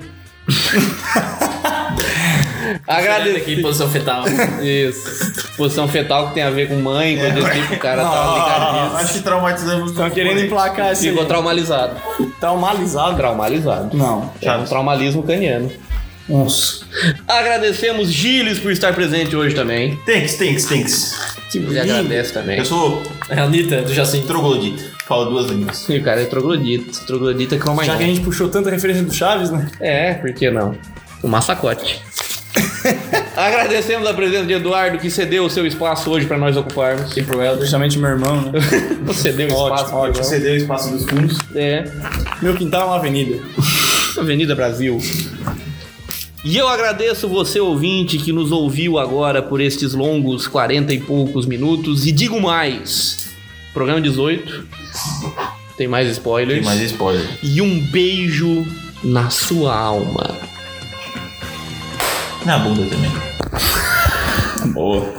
Speaker 5: Olhando
Speaker 2: Agradecer.
Speaker 5: aqui em posição fetal.
Speaker 2: Isso. Posição fetal que tem a ver com
Speaker 3: É.
Speaker 2: mãe, coisa desse tipo, o cara tá ligado.
Speaker 4: Ah, acho que traumatizamos.
Speaker 3: Estão querendo emplacar esse Tá
Speaker 2: Ficou traumatizado.
Speaker 3: traumalizado.
Speaker 2: Traumalizado.
Speaker 3: Não.
Speaker 2: É um traumalismo caniano.
Speaker 3: Uns.
Speaker 2: Agradecemos Gilles por estar presente hoje também.
Speaker 4: Thanks, thanks, thanks.
Speaker 2: Ele agradece também.
Speaker 4: Eu sou
Speaker 5: É a Anitta, do Jacinto.
Speaker 4: troglodita. Falo duas línguas.
Speaker 2: E o cara é troglodita. Troglodita que não mais
Speaker 3: Já que a gente puxou tanta referência do Chaves, né?
Speaker 2: É, por que não? O massacote. Agradecemos a presença de Eduardo, que cedeu o seu espaço hoje pra nós ocuparmos. E pro Helder.
Speaker 3: Justamente meu irmão, né?
Speaker 2: Cedeu o
Speaker 3: Ótimo,
Speaker 2: espaço.
Speaker 3: ótimo.
Speaker 4: Você deu espaço dos fundos.
Speaker 2: É.
Speaker 3: Meu quintal é uma avenida.
Speaker 2: Avenida Brasil. E eu agradeço você, ouvinte, que nos ouviu agora por estes longos 40 e poucos minutos. E digo mais: programa 18. Tem mais spoilers.
Speaker 4: Tem mais spoiler.
Speaker 2: E um beijo na sua alma.
Speaker 4: Na bunda também.
Speaker 5: Boa.